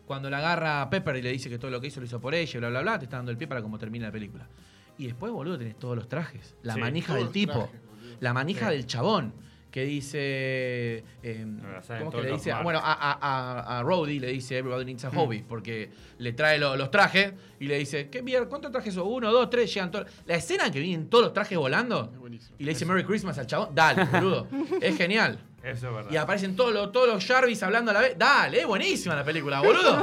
S5: Cuando la agarra a Pepper y le dice que todo lo que hizo lo hizo por ella, bla, bla, bla, te está dando el pie para cómo termina la película. Y después, boludo, tenés todos los trajes. La
S3: Sí,
S5: manija
S6: todos
S5: del
S6: los
S5: tipo.
S6: trajes, boludo.
S5: la manija del chabón. Que dice. eh,
S3: la saben
S5: ¿Cómo es
S3: todos
S5: que le
S3: los
S5: dice? Ah,
S3: martes.
S5: Bueno, a, a, a, a Rhodey le dice Everybody needs
S6: Mm.
S5: a hobby. Porque le trae lo- los trajes y le dice, ¿qué mierda? ¿Cuántos trajes son? Uno, dos, tres, llegan todos. La escena en que vienen todos los trajes volando.
S6: Es buenísimo.
S5: Y le dice Merry Christmas al chabón. Dale, boludo. es genial.
S3: Eso es verdad.
S5: Y aparecen todos los, todos los Jarvis hablando a la vez. Dale, es buenísima la película, boludo.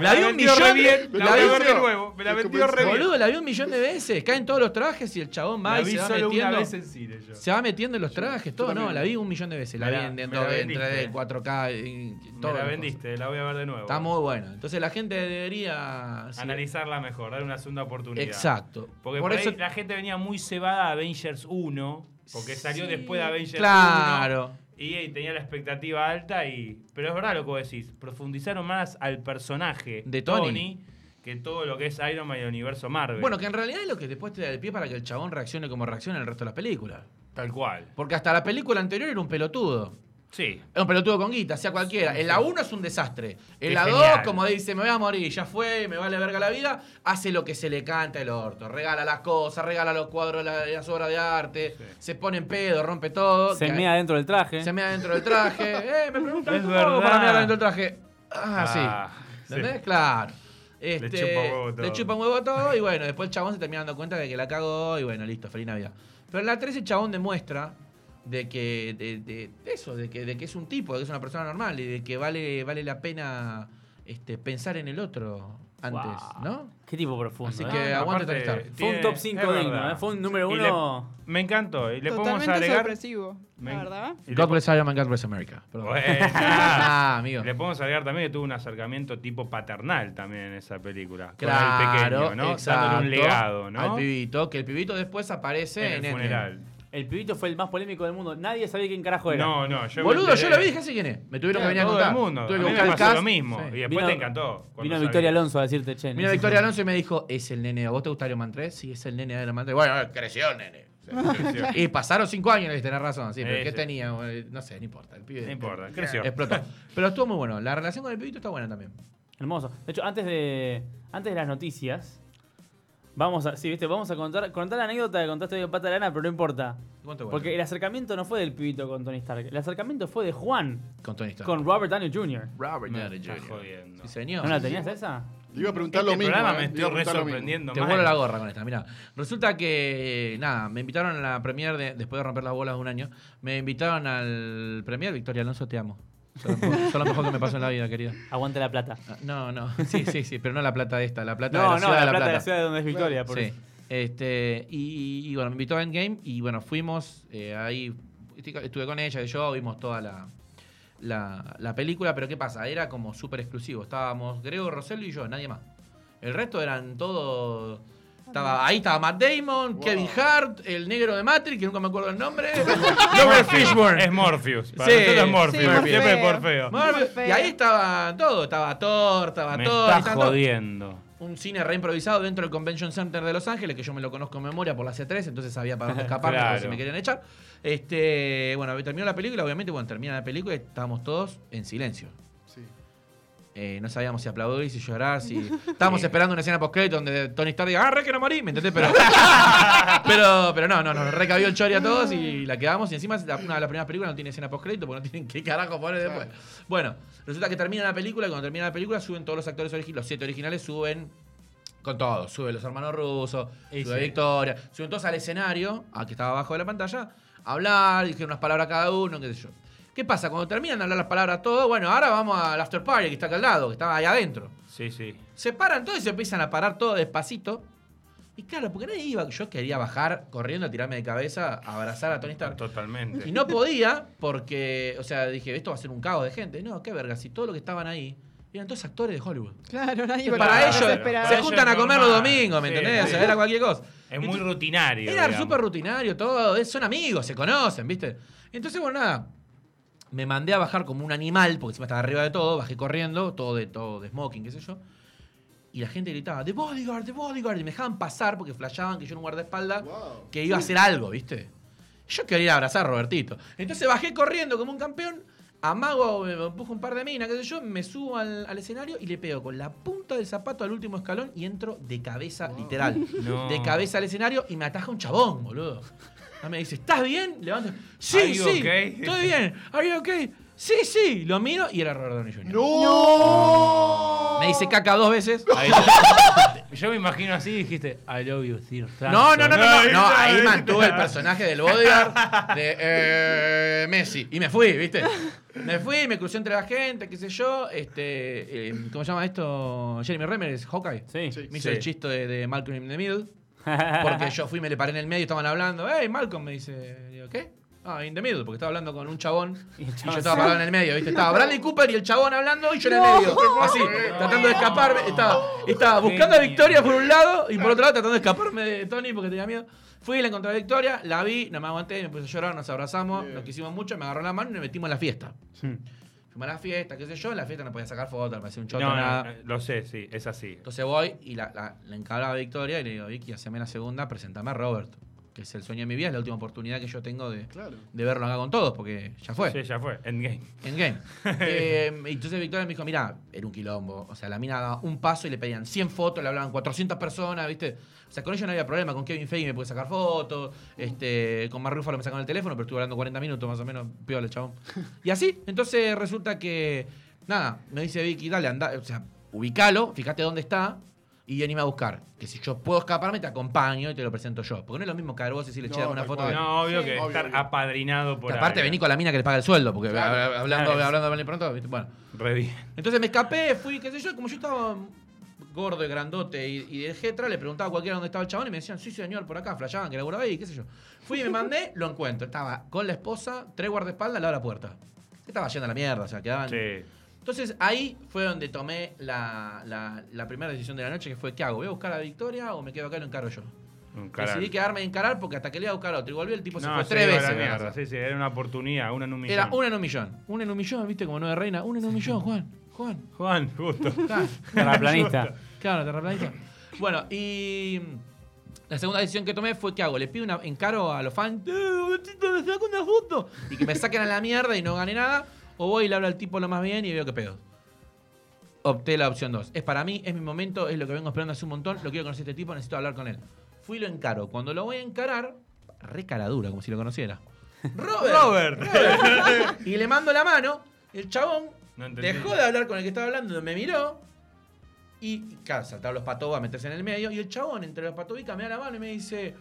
S5: la vi un
S3: vendió
S5: millón.
S3: re
S5: de-
S3: bien. La,
S5: la
S3: voy
S5: vi-
S3: a ver de
S6: hizo.
S3: nuevo. Me la
S6: Es
S3: vendió
S6: como
S3: re bien.
S5: Boludo, la vi un millón de veces. Caen todos los trajes y el chabón va
S3: la
S5: y
S3: vi
S5: se va
S3: solo
S5: metiendo.
S3: una vez en cine yo.
S5: Se va metiendo en los trajes,
S6: yo
S5: todo, no,
S6: también.
S5: la vi un millón de veces. La
S3: Me
S5: vi
S3: la-
S5: en, en
S3: me la
S5: dos- en
S3: vendiste.
S5: 3D, 4K, en,
S3: Me
S5: todo.
S3: la vendiste, la voy a ver de nuevo.
S5: Está muy buena. Entonces la gente debería... sí,
S3: Analizarla mejor, dar una segunda oportunidad.
S5: Exacto.
S3: Porque por,
S5: Por eso-
S3: ahí la gente venía muy cebada a Avengers 1, porque salió
S4: Sí.
S3: después de Avengers 1.
S5: Claro.
S3: Y, y tenía la expectativa alta y... Pero es verdad lo que vos decís, profundizaron más al personaje
S5: De Tony.
S3: que todo lo que es Iron Man y el universo Marvel.
S5: Bueno, que en realidad es lo que después te da el pie para que el chabón reaccione como reacciona en el resto de las películas.
S3: Tal cual.
S5: Porque hasta la película anterior era un pelotudo.
S3: Sí.
S5: Era un pelotudo con guita, sea cualquiera. En la 1 es un desastre. En
S3: Qué
S5: la
S3: genial.
S5: 2, como dice, me voy a morir, ya fue, me vale verga la vida, hace lo que se le canta el orto. Regala las cosas, regala los cuadros, la- las obras de arte,
S3: Sí.
S5: se pone en pedo, rompe todo.
S2: Se
S5: que-
S2: mea dentro del traje.
S5: se mea dentro del traje. eh, me preguntan
S3: Es
S5: cómo hago para
S3: verdad.
S5: mear dentro del traje. Ah,
S3: Ah,
S5: sí. ¿Entendés? Claro. Este,
S3: chupa huevo todo.
S5: le chupa un huevo todo y bueno, después el chabón se termina dando cuenta de que la cagó y bueno, listo, feliz Navidad. Pero en la 13 el chabón demuestra de que de, de- de eso, de que, de que es un tipo, de que es una persona normal y de que vale, vale la pena este, pensar en el otro antes,
S2: Guau.
S5: ¿no?
S2: Qué tipo profundo.
S5: Así
S2: ¿eh?
S5: que aguante Tony Stark.
S3: tiene-
S2: Fue un top 5
S3: es
S2: digno,
S3: verdad.
S2: ¿eh? Fue un número
S3: Y
S2: 1.
S3: le- me encantó. Y le podemos
S4: Totalmente
S3: agregar...
S4: sorpresivo,
S3: Me-
S4: la verdad.
S3: y le
S5: God
S3: po-
S5: bless Iron Man, God bless America. Perdón.
S3: Buena.
S5: Ah, amigo.
S3: Le podemos agregar también que tuvo un acercamiento tipo paternal también en esa película.
S5: Claro,
S3: con el pequeño, ¿no?
S5: exacto.
S3: Dándole un legado, ¿no?
S5: Al pibito, que el pibito después aparece en,
S3: en el
S5: Endgame.
S3: funeral.
S2: El pibito fue el más polémico del mundo. Nadie sabía quién carajo era.
S3: No, no, yo me
S5: Boludo, yo
S3: enteré.
S5: lo vi, dije, sé quién es. Me tuvieron que venir a
S3: Todo
S5: contar.
S3: el mundo.
S5: Tuve
S3: A mí
S5: que
S3: me
S5: buscar el
S3: pasó
S5: cast.
S3: lo mismo.
S5: Sí.
S3: Y después
S2: Vino-
S3: te encantó. cuando
S2: Vino
S3: salí.
S2: Victoria Alonso a decirte, che.
S5: Mira
S2: necesito-
S5: Victoria Alonso y me dijo, es el nene. ¿A vos te gusta Iron Man 3? Sí, es el nene de Iron Man 3. Bueno, a ver, creció el nene.
S3: Creció.
S5: Y pasaron cinco años, y tenés razón. Sí, pero
S3: Sí,
S5: ¿qué
S3: sí.
S5: tenía? Bueno, No sé, no importa. El pibe
S3: No importa, creció.
S5: explotó. Pero estuvo muy bueno. La relación con el pibito está buena también.
S2: Hermoso. De hecho, antes de, antes de las noticias, vamos a, sí, viste, vamos a contar, contar la anécdota que contaste de Pata Lana, pero no importa.
S5: ¿Cuánto bueno?
S2: Porque el acercamiento no fue del pibito con Tony Stark. El acercamiento fue de Juan
S5: Con Tony Stark.
S2: con Robert Downey Jr.
S5: Robert
S3: Ah, Me
S5: Downey
S3: está
S5: Jr.
S3: jodiendo.
S5: Sí,
S2: ¿No
S5: señor.
S2: la tenías esa?
S6: Le iba a preguntar
S3: Este
S6: lo mismo.
S3: programa
S6: eh,
S3: me
S6: le iba
S3: estoy
S6: a
S3: re
S6: preguntar lo mismo.
S3: sorprendiendo
S5: Te
S3: mal.
S5: vuelo la gorra con esta, mirá. Resulta que, nada, me invitaron a la premier, de- después de romper las bolas de un año, me invitaron al premier, Victoria Alonso, te amo. Son lo mejor, son lo mejor que me pasó en la vida, querida.
S2: Aguante la plata.
S5: Ah, No, no, sí, sí, sí, pero no la plata esta, la plata de
S2: No,
S5: la
S2: no,
S5: ciudad
S2: la
S5: de
S2: plata, de la ciudad de donde es Victoria. por
S5: Sí.
S2: eso.
S5: Este, y, y bueno, me invitó a Endgame y bueno, fuimos eh, ahí, estuve con ella y yo, vimos toda la, la, la película, pero ¿qué pasa? Era como súper exclusivo, estábamos Grego, Rosello y yo, nadie más. El resto eran todos... Estaba, ahí estaba Matt Damon,
S6: Wow.
S5: Kevin Hart, el negro de Matrix, que nunca me acuerdo el nombre. Robert Fishburne.
S3: Es Morpheus. Para
S5: Sí,
S3: nosotros es
S4: sí,
S3: Morpheus.
S5: Morfeo.
S3: Siempre es Morfeo.
S5: Marvel. Y ahí estaba todo, estaba Thor, estaba
S3: Me
S5: Thor.
S3: estás
S5: estaba todo.
S3: jodiendo.
S5: un cine reimprovisado dentro del Convention Center de Los Ángeles, que yo me lo conozco en memoria por la C3, entonces sabía para dónde escaparme
S3: Claro.
S5: por si me querían echar. Este, bueno, terminó la película, obviamente, bueno, termina la película y estábamos todos en silencio.
S6: Sí.
S5: eh, no sabíamos si aplaudir, si llorar, si. Estábamos esperando una escena post donde Tony Stark diga, ¡ah, re que no morí! ¿Me entendés? Pero. pero, pero no, no, nos recabió el chori a todos y la quedamos. Y encima es la- una de las primeras películas no tiene escena post porque no tienen qué carajo poner después. Bueno, resulta que termina la película y cuando termina la película suben todos los actores originales, los siete originales suben con todo. Sube los hermanos rusos,
S3: Y
S5: sube
S3: sí.
S5: Victoria. Suben todos al escenario, a que estaba abajo de la pantalla, a hablar, dijeron unas palabras cada uno, qué sé yo. ¿Qué pasa? Cuando terminan de hablar las palabras todo, bueno, ahora vamos al after party que está acá al lado, que estaba ahí adentro.
S3: Sí, sí.
S5: Se paran todos y se empiezan a parar todo despacito. Y claro, porque nadie iba, yo quería bajar corriendo a tirarme de cabeza, a abrazar a Tony Stark.
S3: Totalmente.
S5: Y no podía porque, o sea, dije, esto va a ser un caos de gente. No, qué verga, si todo lo que estaban ahí eran todos actores de Hollywood.
S4: Claro, nadie
S5: Y para,
S4: va a
S5: ellos
S4: desesperar.
S5: se
S3: Para ellos
S5: juntan a
S3: es
S5: comer los
S3: normal.
S5: domingos, ¿me
S3: Sí,
S5: entendés?
S3: sí.
S5: O sea, era cualquier cosa.
S3: Es muy
S5: Entonces,
S3: rutinario.
S5: Era
S3: digamos.
S5: súper rutinario todo, es- son amigos, se conocen, ¿viste? Entonces, bueno, nada. Me mandé a bajar como un animal, porque encima estaba arriba de todo, bajé corriendo, todo de todo de smoking, qué sé yo. Y la gente gritaba, The Bodyguard, The Bodyguard, y me dejaban pasar porque flashaban que yo era un guardaespaldas
S6: Wow.
S5: que iba a hacer algo, ¿viste? Yo quería ir a abrazar a Robertito. Entonces bajé corriendo como un campeón, amago, me empujo un par de minas, qué sé yo, me subo al, al escenario y le pego con la punta del zapato al último escalón y entro de cabeza, literal.
S3: No.
S5: De cabeza al escenario y me ataja un chabón, boludo. Ah, Me dice, ¿estás bien? Levanto.
S3: Are
S5: Sí,
S3: you
S5: sí.
S3: okay?"
S5: Estoy bien. ¿Are you okay? Sí, sí. Lo miro y era Robert Downey Jr.
S6: ¡No!
S5: Me dice caca dos veces.
S3: Ahí- Yo me imagino así dijiste, I love you, Sir.
S5: No, no, no, no, no,
S3: Ay,
S5: no,
S3: ay,
S5: ahí
S3: ay,
S5: mantuve
S3: ay.
S5: el personaje del bodyguard de eh, Messi. Y me fui, ¿viste? Me fui, me crucé entre la gente, qué sé yo. Este, eh, ¿Cómo se llama esto? Jeremy Renner es Hawkeye.
S2: Sí.
S6: Sí.
S5: Me hizo
S3: Sí.
S5: el chiste de, de Malcolm in the Middle. Porque yo fui, me le paré en el medio, estaban hablando. Hey, Malcolm, me dice. Digo, ¿qué? Ah, in the middle, porque estaba hablando con un chabón. Y, yo estaba parado en el medio, ¿viste? Estaba Bradley Cooper y el chabón hablando y yo en el medio. Así, tratando de escaparme. Estaba, estaba buscando a
S3: Genio.
S5: Victoria por un lado y por otro lado tratando de escaparme de Tony porque tenía miedo. Fui, la encontré a Victoria, la vi, no me aguanté, me puse a llorar, nos abrazamos,
S6: Bien.
S5: nos quisimos mucho, me agarró la mano y nos metimos en la fiesta. Fuimos a la fiesta, qué sé yo, en la fiesta no podía sacar fotos, me hacía un choto,
S3: No, no,
S5: nada.
S3: no, lo sé, sí, es así.
S5: Entonces voy y la, la, la encaro a Victoria y le digo, Vicky, haceme la segunda, presentame a Robert, que es el sueño de mi vida, es la última oportunidad que yo tengo de,
S6: Claro.
S5: de verlo acá con todos, porque ya fue.
S3: Sí, ya fue. Endgame.
S5: Endgame. Eh, entonces Victoria me dijo, mira, era un quilombo. O sea, la mina daba un paso y le pedían 100 fotos, le hablaban 400 personas, ¿viste? O sea, con ella no había problema. Con Kevin Feige me pude sacar fotos. Este, con Mark Ruffalo me sacaron el teléfono, pero estuve hablando 40 minutos más o menos. Piola, el chabón. Y así, entonces resulta que... Nada, me dice Vicky, dale, anda. O sea, ubicalo, fíjate dónde está y anime a buscar. Que si yo puedo escaparme, te acompaño y te lo presento yo. Porque no es lo mismo caer vos y decirle,
S6: No,
S5: che, dame una
S6: tal
S5: foto.
S6: cual.
S5: que-
S3: No, obvio que
S6: obvio,
S3: estar
S6: obvio.
S3: apadrinado por
S5: que aparte
S3: alguien.
S5: vení con la mina que le paga el sueldo, porque
S6: Claro.
S5: hab- hab- hablando,
S3: Claro.
S5: hablando mal y pronto, ¿viste? bueno.
S3: Re bien.
S5: Entonces me escapé, fui, qué sé yo, como yo estaba gordo y grandote y, y de jetra, le preguntaba a cualquiera dónde estaba el chabón y me decían, sí, señor, por acá, flashaban que laburaba ahí, qué sé yo. Fui y me mandé, lo encuentro. Estaba con la esposa, tres guardaespaldas al lado de la puerta. Se estaba yendo a la mierda, o sea, quedaban...
S3: Sí.
S5: Entonces ahí fue donde tomé la, la- la primera decisión de la noche, que fue, ¿qué hago? ¿Voy a buscar a Victoria o me quedo acá y lo encaro yo?
S3: Un carajo.
S5: Decidí quedarme a encarar porque hasta que le iba a buscar a otro. Y volví, el tipo Pues se
S3: No,
S5: fue
S3: sí,
S5: tres
S3: iba a la
S5: veces.
S3: mierda.
S5: mira.
S3: Sí, sí, era una oportunidad, una en un millón.
S5: Era una en un millón. Una en un millón, viste, como nueve reina. Una en un millón, Juan. Juan.
S3: Juan, justo.
S5: Claro.
S2: Terraplanista.
S5: Claro, terraplanista. Bueno, y la segunda decisión que tomé fue que hago, le pido una encaro a los fans, "Eh, Robertito, me saco una foto y que me saquen a la mierda y no gane nada, o voy y le hablo al tipo lo más bien y veo qué pedo. Opté la opción 2. Es para mí, es mi momento, es lo que vengo esperando hace un montón, lo quiero conocer a este tipo, necesito hablar con él. Fui y lo encaro. Cuando lo voy a encarar, re cara dura, como si lo conociera. Robert.
S3: Robert.
S5: Y le mando la mano, el chabón
S3: No entendí.
S5: Dejó de hablar con el que estaba hablando, me miró. Y, claro, saltaron los patobas, meterse en el medio. Y el chabón, entre los patobicas, me da la mano y me dice: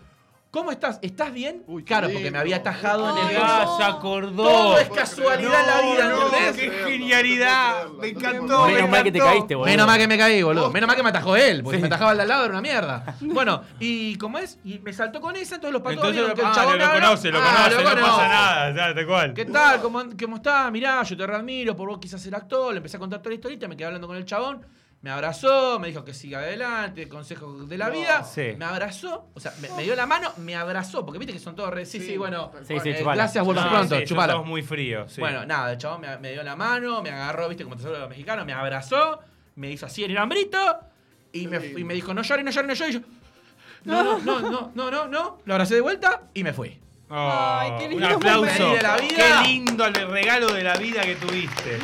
S5: ¿Cómo estás? ¿Estás bien?
S6: Uy, qué
S5: claro,
S6: lindo.
S5: porque me había atajado en
S4: Ay,
S5: el
S4: no.
S5: brazo.
S3: Ah, se acordó.
S5: Todo es casualidad en la vida,
S3: no,
S5: ¿entendés?
S3: qué genialidad. Me encantó.
S2: Menos
S3: me
S2: mal que te
S3: encantó.
S2: caíste, boludo.
S5: Menos mal que me caí, boludo. Menos mal que me atajó él, porque si me atajaba el de al lado era una mierda. Bueno, y como es, y me saltó con esa, entonces los patos
S3: Entonces
S5: vieron que el
S3: ah,
S5: chabón
S3: lo
S5: habla.
S3: conoce, lo
S5: Ah,
S3: conoce, no
S5: conoce.
S3: pasa nada, ya, tal cual.
S5: ¿Qué tal? ¿Cómo, ¿Cómo está? Mirá, yo te readmiro, por vos quizás ser actor. Le empecé a contar toda la historieta, me quedé hablando con el chabón. Me abrazó, me dijo que siga adelante, consejos de la
S6: No.
S5: vida.
S3: Sí.
S5: Me abrazó, o sea, me, me dio la mano, me abrazó, porque viste que son todos re. Sí, sí, bueno.
S6: tal
S2: Sí,
S6: cual.
S2: sí,
S5: eh,
S2: chupala.
S5: gracias, vuelvo
S3: No,
S5: pronto,
S3: Ah, sí, son
S5: chupala.
S3: todos muy fríos, sí.
S5: Bueno, nada, el chabón me, me dio la mano, me agarró, viste, como te saludan los mexicanos, me abrazó, me hizo así en el hambrito y me, y me dijo, no llores, no llores, no llores. Y yo, no, no, no, no, no, no, no. Lo abracé de vuelta y me fui.
S3: Oh,
S4: Ay, qué lindo
S3: Un aplauso.
S5: momento. De la vida.
S3: Qué lindo el regalo de la vida que tuviste.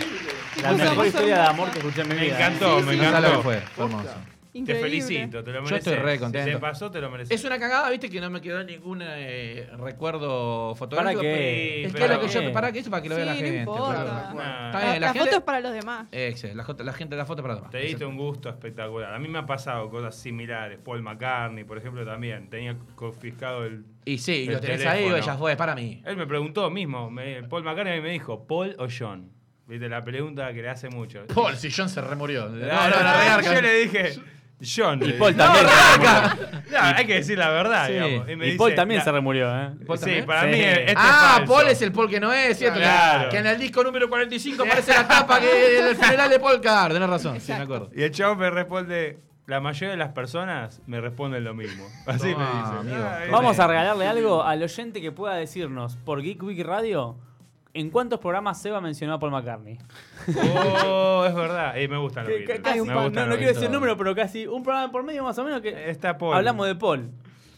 S2: La
S4: Puso-
S2: mejor
S4: puso
S2: historia de
S4: una-
S2: amor que escuché en mi
S3: Me
S2: vida. ¿eh?
S3: encantó,
S6: Sí,
S3: me
S6: sí,
S5: No sabes lo
S3: encantó.
S5: que fue. Fue hermoso.
S3: Te
S4: Increíble.
S3: felicito, te lo mereces.
S5: estoy re
S3: Si
S5: contento.
S3: te pasó, te lo mereces.
S5: Es una cagada, viste, que no me quedó ningún eh, recuerdo fotográfico.
S2: ¿Para qué?
S5: pero- Es que
S3: Pero-
S5: lo que yo. ¿Para qué? Eso para que lo vea la
S4: Sí, no
S5: gente.
S4: importa.
S5: boludo.
S3: Una-
S5: Está
S4: La,
S5: bien, la,
S4: la
S5: gente.
S4: foto es para los demás.
S5: Exacto, la, jota- la gente de la foto para demás.
S3: Te diste un gusto espectacular. A mí me ha pasado cosas similares. Paul McCartney, por ejemplo, también. Tenía confiscado el...
S5: Y sí, y
S3: el
S5: lo tenés
S3: teléfono.
S5: ahí, ya fue, para mí.
S3: Él me preguntó mismo. me- Paul McCartney me dijo, ¿Paul o John? Viste, la pregunta que le hace mucho.
S5: Paul, si John se remurió. No, no,
S3: Ah,
S5: la regarca.
S3: Yo le dije, John.
S2: Y Paul también.
S3: No, hay que decir la verdad,
S5: Sí.
S3: digamos. me
S2: Y Paul
S3: dice,
S2: también
S3: "La-
S2: se remurió, ¿eh?
S5: Paul
S3: Sí,
S5: también.
S3: para
S2: Sí.
S3: mí este
S5: ah,
S3: es falso.
S5: Paul es el Paul que no es, ¿cierto?
S3: Claro.
S5: Que en el disco número 45 aparece la tapa que el funeral de Paul Carr. Tenés razón, sí, me
S4: Exacto.
S5: acuerdo.
S3: Y el chavo me responde, la mayoría de las personas me responden lo mismo. Así
S5: Tomá,
S3: me dice.
S5: amigo.
S3: Ah,
S2: Vamos
S3: este-
S2: a regalarle algo al oyente que pueda decirnos por Geek Week Radio en cuántos programas Seba mencionó a Paul McCartney.
S3: Oh, es verdad. Y me gustan los
S2: Que- que-
S3: Beatles.
S2: casi
S3: me
S2: pa-
S3: gustan
S2: no, no
S3: los
S2: quiero
S3: Beatles.
S2: decir el número, pero casi un programa por medio más o menos que
S3: Está Paul.
S2: hablamos de Paul.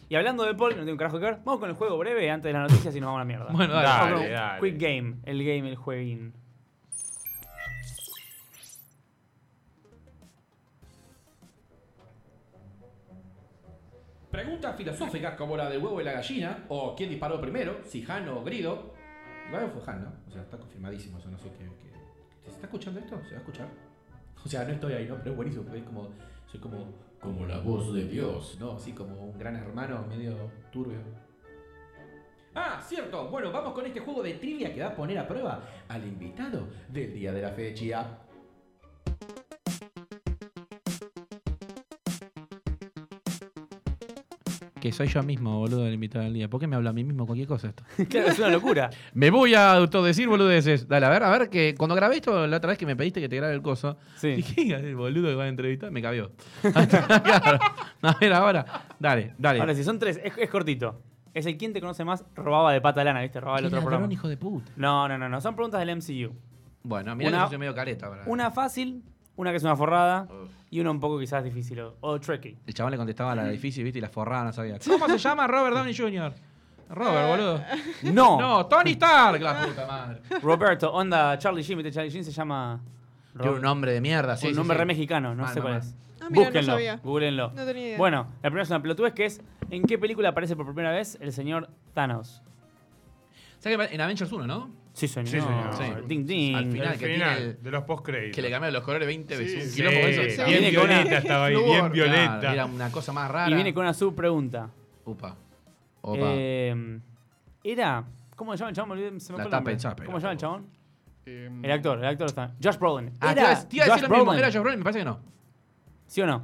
S2: Y hablando de Paul, no tengo un carajo que ver, vamos con el juego breve antes de las noticias y nos vamos a la mierda.
S5: Bueno, dale.
S2: Vamos con
S3: Dale,
S2: un
S3: dale.
S2: Quick Game, el game, el jueguín.
S1: Preguntas filosóficas como la del huevo y la gallina, o quién disparó primero, si Han o Grido. Igual fue Han, ¿no? O sea, está confirmadísimo, eso no sé qué. qué- ¿Se está escuchando esto? ¿Se va a escuchar? O sea, no estoy ahí, ¿no? Pero es buenísimo, porque es como. Soy como. Como la voz de Dios, ¿no? Así como un gran hermano medio turbio. Ah, cierto. Bueno, vamos con este juego de trivia que va a poner a prueba al invitado del día de la fecha.
S5: Que soy yo mismo, boludo, el invitado del día. ¿Por qué me habla a mí mismo cualquier cosa esto?
S2: Claro, es una locura.
S5: Me voy a autodecir boludeces. Dale, a ver, a ver, que cuando grabé esto la otra vez que me pediste que te grabe el coso,
S2: Sí.
S5: dije, "Ay, el boludo que va a entrevistar, me cabió. Claro. A ver, ahora, dale, dale.
S2: Ahora sí, son tres, es, es cortito. Es el quien te conoce más, robaba de pata lana, ¿viste? Robaba el
S5: ¿Quién
S2: otro
S5: era
S2: programa.
S5: Perón, hijo de puta?
S2: No, no, no, no, son preguntas del MCU.
S5: Bueno, mira,
S2: Una-
S5: yo soy medio careta. para-
S2: Una fácil, una que es una forrada y una un poco quizás difícil o, o tricky.
S5: El chabón le contestaba a la difícil, viste, y la forrada no sabía. ¿Cómo se llama Robert Downey Jr.? Robert, boludo.
S2: No,
S5: Eh. No, Tony Stark, la puta madre.
S2: Roberto, onda, Charlie Sheen, ¿viste? Charlie Sheen se llama.
S5: Tiene un nombre de mierda, sí.
S2: un
S5: sí,
S2: nombre
S5: sí.
S2: re mexicano, no
S5: Mal,
S2: sé
S5: mal,
S2: cuál
S5: mal.
S2: es.
S4: Ah, mirá, no
S2: Búsquenlo,
S4: sabía.
S2: googleenlo.
S4: No tenía idea.
S2: Bueno, la primera es una pelotudez que es ¿en qué película aparece por primera vez el señor Thanos?
S5: ¿Sabes que en Avengers 1, no?
S2: Sí, señor.
S3: Sí, señor.
S5: Sí.
S2: Ding, ding.
S5: Al final,
S3: El
S5: que
S3: final
S5: tiene el-
S3: de los post-créditos.
S5: Que le cambiaron los colores 20 veces.
S6: Sí,
S5: un
S3: Sí,
S5: quilombo con eso.
S4: Exacto.
S3: bien
S2: Viene con una-
S3: violeta estaba ahí,
S6: Flúor,
S3: bien violeta.
S5: Claro, era una cosa más rara.
S2: Y viene con una subpregunta.
S5: Upa. Opa.
S2: Eh, era. ¿Cómo se llama el chabón? Me olvidé, Se me
S5: La
S2: fue el
S5: tapa
S2: nombre.
S5: en chapa,
S2: ¿Cómo se llama
S5: era
S2: el chabón?
S6: Em,
S2: El actor, el actor está. Josh Brolin.
S5: ah, te iba a- te iba a
S2: Josh
S5: decir lo mismo.
S2: Brolin.
S5: Era Josh Brolin, me parece que no.
S2: ¿Sí o no?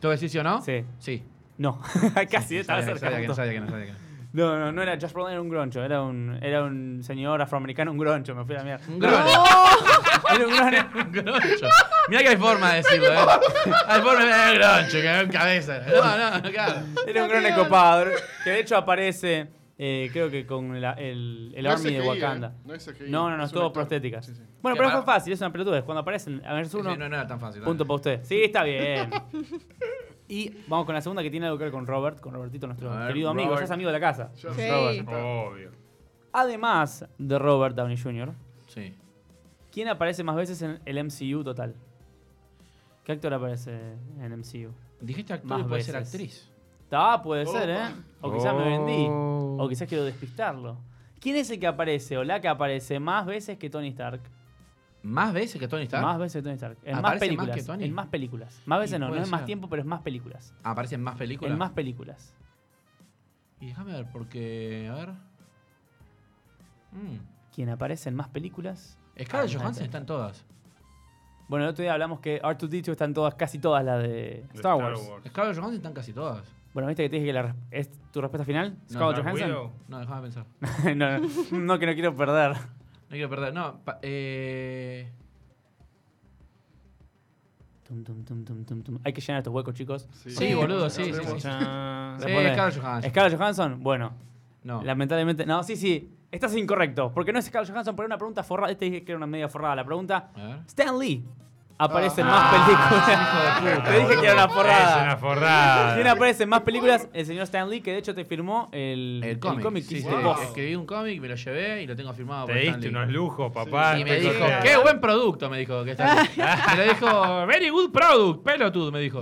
S5: ¿Te voy a decir sí o no?
S2: Sí.
S5: Sí.
S2: No. Casi estaba
S5: Sabía
S2: cerca.
S5: que- sabía que no
S2: justo.
S5: sabía que no sabía que no.
S2: No, no, no era Josh Brolin, era un groncho. Era un, era un señor afroamericano, un groncho. Me fui a la mierda.
S5: Un
S2: No,
S5: groncho.
S2: era un groncho.
S5: Un groncho. Mirá que hay forma de decirlo, ¿eh? Hay forma de decir groncho, que es cabeza. No, no, claro.
S2: Era un groncho copado. Que de hecho aparece, eh, creo que con la- el, el
S6: No es
S2: Army de
S6: CGI,
S2: Wakanda.
S6: eh, no es CGI,
S2: no, no, no,
S6: es
S2: es
S6: un
S2: todo
S6: actor.
S2: prostéticas.
S6: Sí, sí.
S2: Bueno,
S5: Qué
S2: pero fue
S5: raro.
S2: fácil, es una pelotudez. Cuando aparecen, a ver, es uno.
S5: No, no era tan fácil.
S2: Punto para usted. Sí, está bien. Y vamos con la segunda que tiene algo que ver con Robert, con Robertito, nuestro
S5: A ver,
S2: querido amigo,
S5: Robert.
S2: ya es amigo de la casa.
S6: Yo-
S4: Sí.
S2: Robert.
S3: Obvio.
S2: Además de Robert Downey Jr.,
S5: Sí.
S2: ¿quién aparece más veces en el MCU total? ¿Qué actor aparece en MCU?
S5: Dijiste actor
S2: Más
S5: y puede ser
S2: veces.
S5: actriz.
S2: Ah, puede ser, ¿eh?
S6: Opa.
S2: O quizás me vendí.
S5: Oh.
S2: O quizás quiero despistarlo. ¿Quién es el que aparece o la que aparece más veces que Tony Stark?
S5: ¿Más veces que Tony Stark?
S2: Más veces que Tony Stark. En más
S5: ¿Aparece más
S2: películas.
S5: que Tony?
S2: En más películas. Más veces
S5: Y
S2: no, no
S5: puede
S2: es más
S5: ser.
S2: tiempo, pero es más películas.
S5: ¿Aparecen Ah, más películas?
S2: En más películas.
S5: Y déjame ver, porque. A ver. Mm.
S2: ¿Quién aparece en más películas?
S5: Scarlett
S2: Ah,
S5: Johansson
S2: ahí
S5: está
S2: está.
S5: en todas.
S2: Bueno, el otro día hablamos que R2D2 están todas, casi todas las de
S3: De
S2: Star Wars.
S5: Scarlett Johansson están casi todas. Bueno,
S2: Bueno, viste que te dije que la res- es tu respuesta final, Scarlett
S3: Dark
S2: Johansson.
S3: Widow.
S5: No, déjame pensar. No
S2: no, no, no, que no quiero perder.
S5: quiero perder. No, pa- eh.
S2: Tum, tum, tum, tum, tum, tum. Hay que llenar estos huecos, chicos.
S6: Sí,
S5: boludo, sí, sí,
S6: Tenemos-
S5: sí.
S3: Chan.
S5: Sí,
S2: Responde.
S5: Scarlett Johansson.
S2: Scarlett Johansson, bueno,
S5: No.
S2: lamentablemente. No, sí, sí, estás incorrecto. Porque no es Scarlett Johansson, pero era una pregunta forrada. Este dije que era una media forrada. La pregunta:
S5: A ver.
S2: Stan Lee aparecen
S6: Ah.
S2: más películas. Te dije que era una
S3: Es una
S2: forrada.
S3: forrada.
S2: Tiene aparecen más películas el señor Stan Lee, que de hecho te firmó el,
S5: El cómic.
S2: que
S5: sí,
S2: hiciste
S5: sí,
S2: vos.
S5: Escribí un cómic, me lo llevé y lo tengo firmado
S3: Te
S5: por Stan
S3: diste
S5: Lee.
S3: unos lujos, papá.
S5: Y
S3: te
S5: me dijo,
S3: costearon.
S5: qué buen producto, me dijo. Que está aquí. me lo dijo, very good product, pelotudo, me dijo.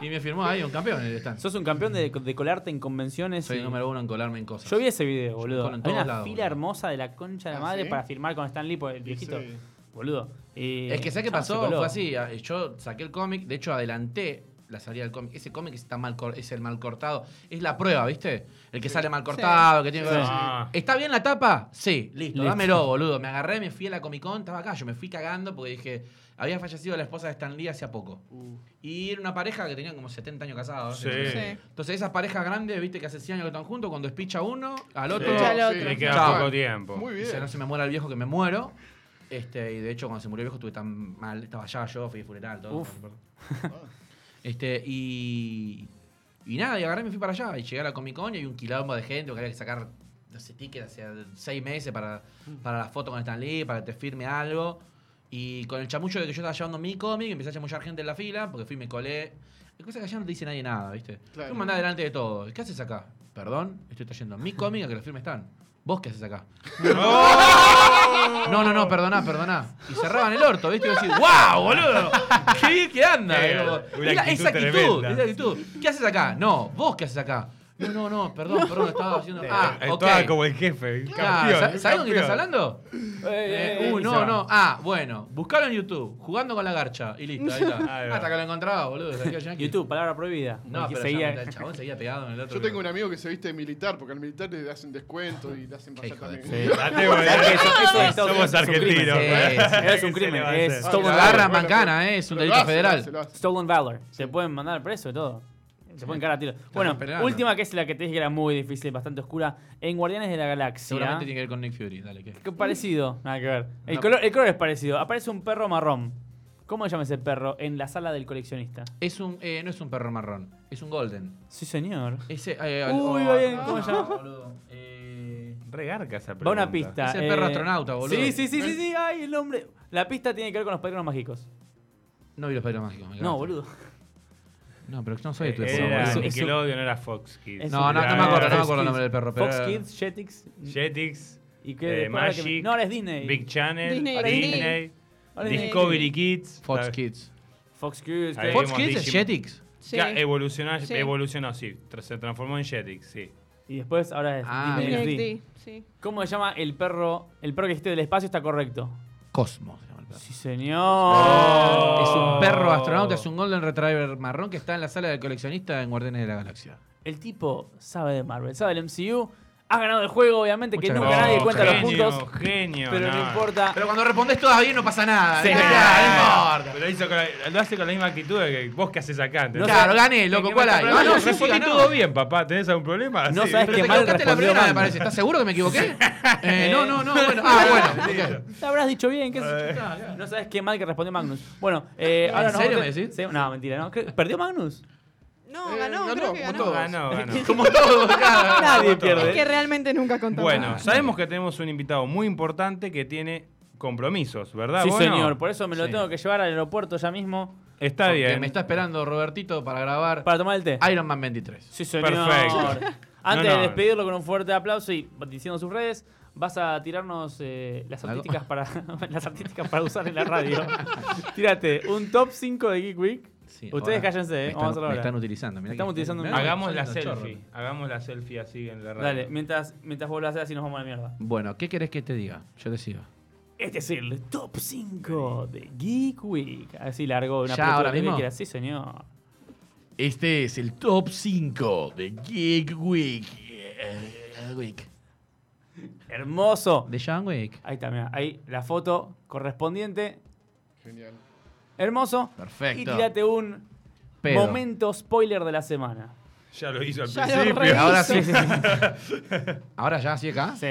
S5: y me firmó ahí un campeón en el stand.
S2: Sos un campeón de, de colarte en convenciones.
S5: Soy
S2: y-
S5: el número uno en colarme en cosas.
S2: Yo vi ese video, boludo.
S5: Con en
S2: Hay
S5: todos
S2: una
S5: lados,
S2: fila
S5: boludo.
S2: hermosa de la concha de la
S6: Ah,
S2: madre
S6: ¿sí?
S2: para firmar con Stan Lee, por el viejito.
S6: Sí.
S2: Boludo. Eh,
S5: Es que ¿sabes qué
S2: chamo, se
S5: pasó?
S2: coló.
S5: Fue así. a- Yo saqué el cómic, de hecho adelanté la salida del cómic. Ese cómic está mal cor- es el mal cortado. Es la prueba, ¿viste? El que sale mal cortado, que tiene
S2: Sí.
S3: Ah.
S5: ¿Está bien la tapa? Sí, listo,
S2: Listo.
S5: dámelo, boludo. Me agarré, me fui a la Comic Con, estaba acá, yo me fui cagando porque dije, había fallecido la esposa de Stan Lee hace poco.
S6: Uh,
S5: Y era una pareja que tenían como 70 años casados.
S3: Sí.
S4: Sí.
S5: Entonces esas parejas grandes, viste, que hace 100 años que están juntos, cuando espicha uno, al otro,
S4: Escucha al
S6: sí,
S4: otro.
S3: Le queda
S5: Chao.
S3: poco tiempo.
S6: Muy bien.
S5: dice, no se me muera el viejo que me muero. Este, y de hecho, cuando se murió el viejo estuve tan mal, estaba allá yo, fui de funeral, todo.
S2: Uf.
S5: Este, y. Y nada, y agarré y me fui para allá. Y llegué a la Comic Con y hay un quilombo de gente, porque había que sacar, no sé, tickets hace seis meses para, para la foto con Stan Lee, para que te firme algo. Y con el chamullo de que yo estaba llevando mi cómic, empecé a chamullar gente en la fila, porque fui y me colé. Es cosa que allá no te dice nadie nada, ¿viste?
S6: Claro.
S5: Tú mandás delante de todo. ¿Qué haces acá? Perdón, estoy trayendo mi cómic a que lo firme Stan. ¿Vos qué haces acá? No, no, no, perdoná, perdoná. Y cerraban el orto, ¿viste? Y vos decís, ¡guau, boludo! ¡Qué bien que anda!
S3: Eh,
S5: Como,
S3: una
S5: es la-
S3: actitud
S5: esa actitud,
S3: tremenda.
S5: esa actitud. ¿Qué haces acá? No, vos qué haces acá. No, no, no, perdón, perdón, estaba haciendo. Ah, ok.
S3: Estaba Eh, como el jefe. el campeón, el
S5: ¿Sabes con quién estás
S3: campeón.
S5: hablando?
S2: Eh,
S5: Eh, uh,
S3: eh,
S5: no,
S3: se va.
S5: no. Ah, bueno, buscalo en YouTube, jugando con la garcha. Y listo, ahí
S3: Ahí
S5: está.
S3: va.
S5: Hasta que lo encontraba, boludo. se quedó yankee.
S2: YouTube, palabra prohibida.
S5: No,
S2: Que
S5: pero
S2: seguía-
S5: ya, el chabón seguía pegado en el otro.
S6: Yo tengo un amigo que se viste de militar, porque al militar le hacen descuento y le hacen
S5: Qué
S6: pasar
S5: hijo de
S6: también.
S5: puta.
S3: Date, boludo.
S2: Eso- eso es todo- es
S3: Somos
S2: un crimen.
S3: argentinos.
S5: Sí,
S2: es
S3: boludo.
S2: un
S3: ¿Qué se
S2: crimen,
S3: le va a
S2: es-
S3: hacer?
S5: Todo
S6: Ah,
S5: agarra
S6: claro,
S5: mancana,
S6: bueno,
S5: eh, es un
S6: pero lo
S5: delito
S6: hace, lo
S5: federal.
S6: hace, lo hace.
S2: Stolen Valor. Se pueden mandar preso y todo. Se pueden cara a tiro. Bueno,
S5: esperando.
S2: última que es la que te dije que era muy difícil, bastante oscura. En Guardianes de la Galaxia.
S3: ¿ah?
S5: Seguramente tiene que ver con Nick Fury, dale, que.
S2: Qué Parecido, nada que ver. El,
S5: No.
S2: color, el color es parecido. Aparece un perro marrón. ¿Cómo se llama ese perro? En la sala del coleccionista.
S5: Es un, eh, no es un perro marrón, es un golden.
S2: Sí, señor.
S5: Ese, eh,
S2: Uy,
S5: oh,
S2: bien,
S5: no,
S2: ¿cómo se
S5: no,
S2: llama?
S5: boludo. Eh,
S3: Regarca esa pregunta.
S2: Va una pista.
S5: Es el perro
S2: eh,
S5: astronauta, boludo. ¿Eh?
S2: Sí, sí, sí, sí, sí. Ay, el hombre. La pista tiene que ver con los padrinos mágicos.
S5: no vi los padrinos mágicos. me
S2: No,
S5: cagaste.
S2: boludo.
S5: No, pero no soy de tu época,
S3: Eh, Era
S2: Eso-
S5: boludo.
S2: eso-
S3: Nickelodeon, era Fox Kids.
S2: eso-
S5: No, no, no me acuerdo, no me acuerdo
S2: Fox
S5: el nombre del perro. Pero
S2: Fox
S5: era-
S2: Kids, Jetix. mm,
S3: Jetix,
S2: ¿Y
S3: eh,
S2: qué? después ahora que-
S3: Magic,
S2: no, ahora es Disney.
S3: Big Channel,
S4: Disney,
S3: Disney,
S2: Ahora es Disney.
S3: Discovery Kids.
S5: Fox
S3: ¿sabes?
S5: Kids.
S2: Fox Kids.
S3: Ahí
S2: ¿qué?
S5: ¿Fox
S3: vimos
S5: Kids
S3: Eh,
S5: es
S3: Digimon.
S5: Jetix?
S4: Sí.
S3: Ya eh, evolucionó,
S4: Sí.
S3: evolucionó, sí. Tra- Se transformó en Jetix, sí.
S2: Y después ahora es
S5: Ah,
S2: Disney
S4: Disney
S2: XD.
S4: XD, sí.
S2: ¿Cómo se llama el perro? El perro que dijiste del espacio está correcto.
S5: Cosmo se llama el perro.
S2: Sí, señor.
S3: Oh.
S5: Es un perro astronauta, es un golden retriever marrón que está en la sala del coleccionista en Guardianes de la Galaxia.
S2: El tipo sabe de Marvel, sabe del MCU. Ha ganado el juego, obviamente, que
S5: Muchas
S2: nunca
S5: gracias.
S2: nadie cuenta los
S5: Genio,
S2: puntos.
S3: Oh, Genio,
S2: Pero no importa.
S5: Pero cuando respondes todavía no pasa nada.
S2: Sí.
S5: ¿viste?
S3: Ah,
S5: Claro, no importa.
S3: Pero lo, hizo con la- lo hace con la misma actitud de que vos que haces acá. ¿entendés?
S5: Claro, gané, loco,
S3: ¿Qué
S5: ¿cuál hay?
S3: problema?
S5: Ah, no, sí, sí,
S3: respondí
S5: ganó.
S3: todo bien, papá. ¿Tenés algún problema?
S2: No
S3: Sí.
S2: sabes
S5: Pero
S2: que
S5: te
S2: mal
S5: equivocaste la
S2: respondió
S5: primera, me
S2: Banda.
S5: parece. ¿Estás seguro que me equivoqué? Eh, no, no, no, bueno. Ah, bueno. ok.
S2: Te habrás dicho bien, qué sé yo. No sabes qué mal que respondió Magnus. Bueno, eh, ahora nos
S5: serio
S2: vamos-
S5: me decís?
S2: Sí, No, mentira, ¿no? Creo- ¿Perdió Magnus?
S4: No,
S6: Eh,
S4: ganó,
S6: ganó,
S4: creo que
S6: como
S4: ganó.
S6: todo.
S3: Ganó, ganó.
S5: Como todo, claro.
S2: Nadie
S3: todo.
S2: pierde.
S4: Es que realmente nunca contamos.
S3: Bueno, sabemos que tenemos un invitado muy importante que tiene compromisos, ¿verdad?
S2: sí,
S3: ¿Vos no?
S2: señor. Por eso me lo
S5: Sí.
S2: tengo que llevar al aeropuerto ya mismo
S3: Está
S5: Porque
S3: bien.
S5: me está esperando Robertito para grabar
S2: para tomar el té.
S5: Iron Man 23.
S2: Sí, señor.
S3: Perfecto.
S2: Antes
S3: No, no.
S2: de despedirlo con un fuerte aplauso y diciendo sus redes, vas a tirarnos eh, las,
S5: Algo.
S2: artísticas para, las artísticas para usar en la radio. Tírate un top 5 de Geek Week. Ustedes cállense, eh. Vamos a hacerlo
S5: Me
S2: ahora.
S5: están utilizando. mirá
S2: Estamos
S5: que-
S2: utilizando
S5: mirá
S2: un-
S5: que
S3: Hagamos
S5: son
S3: la
S5: unos
S3: selfie.
S5: chorros.
S3: Hagamos la selfie así en la radio.
S2: Dale, mientras, mientras vos lo haces así nos vamos a la mierda.
S5: Bueno, ¿qué querés que te diga? Yo te sigo.
S2: Este es el top 5 de Geek Week. Así largo, una
S5: ¿Ya,
S2: apertura
S5: ahora
S2: que
S5: mismo?
S2: quieras. Sí, señor.
S7: Este es el top 5 de Geek Week. Eh, eh, Week.
S2: Hermoso.
S5: De John Wick.
S2: Ahí está, mirá. Ahí la foto correspondiente.
S6: Genial.
S2: Hermoso. Y
S5: Perfecto.
S2: tírate un
S5: Pedo.
S2: momento spoiler de la semana.
S3: Ya lo hizo al
S4: Ya lo
S3: principio.
S4: re-
S5: Ahora
S4: hizo.
S5: sí. Ahora ya, así acá.
S2: Sí.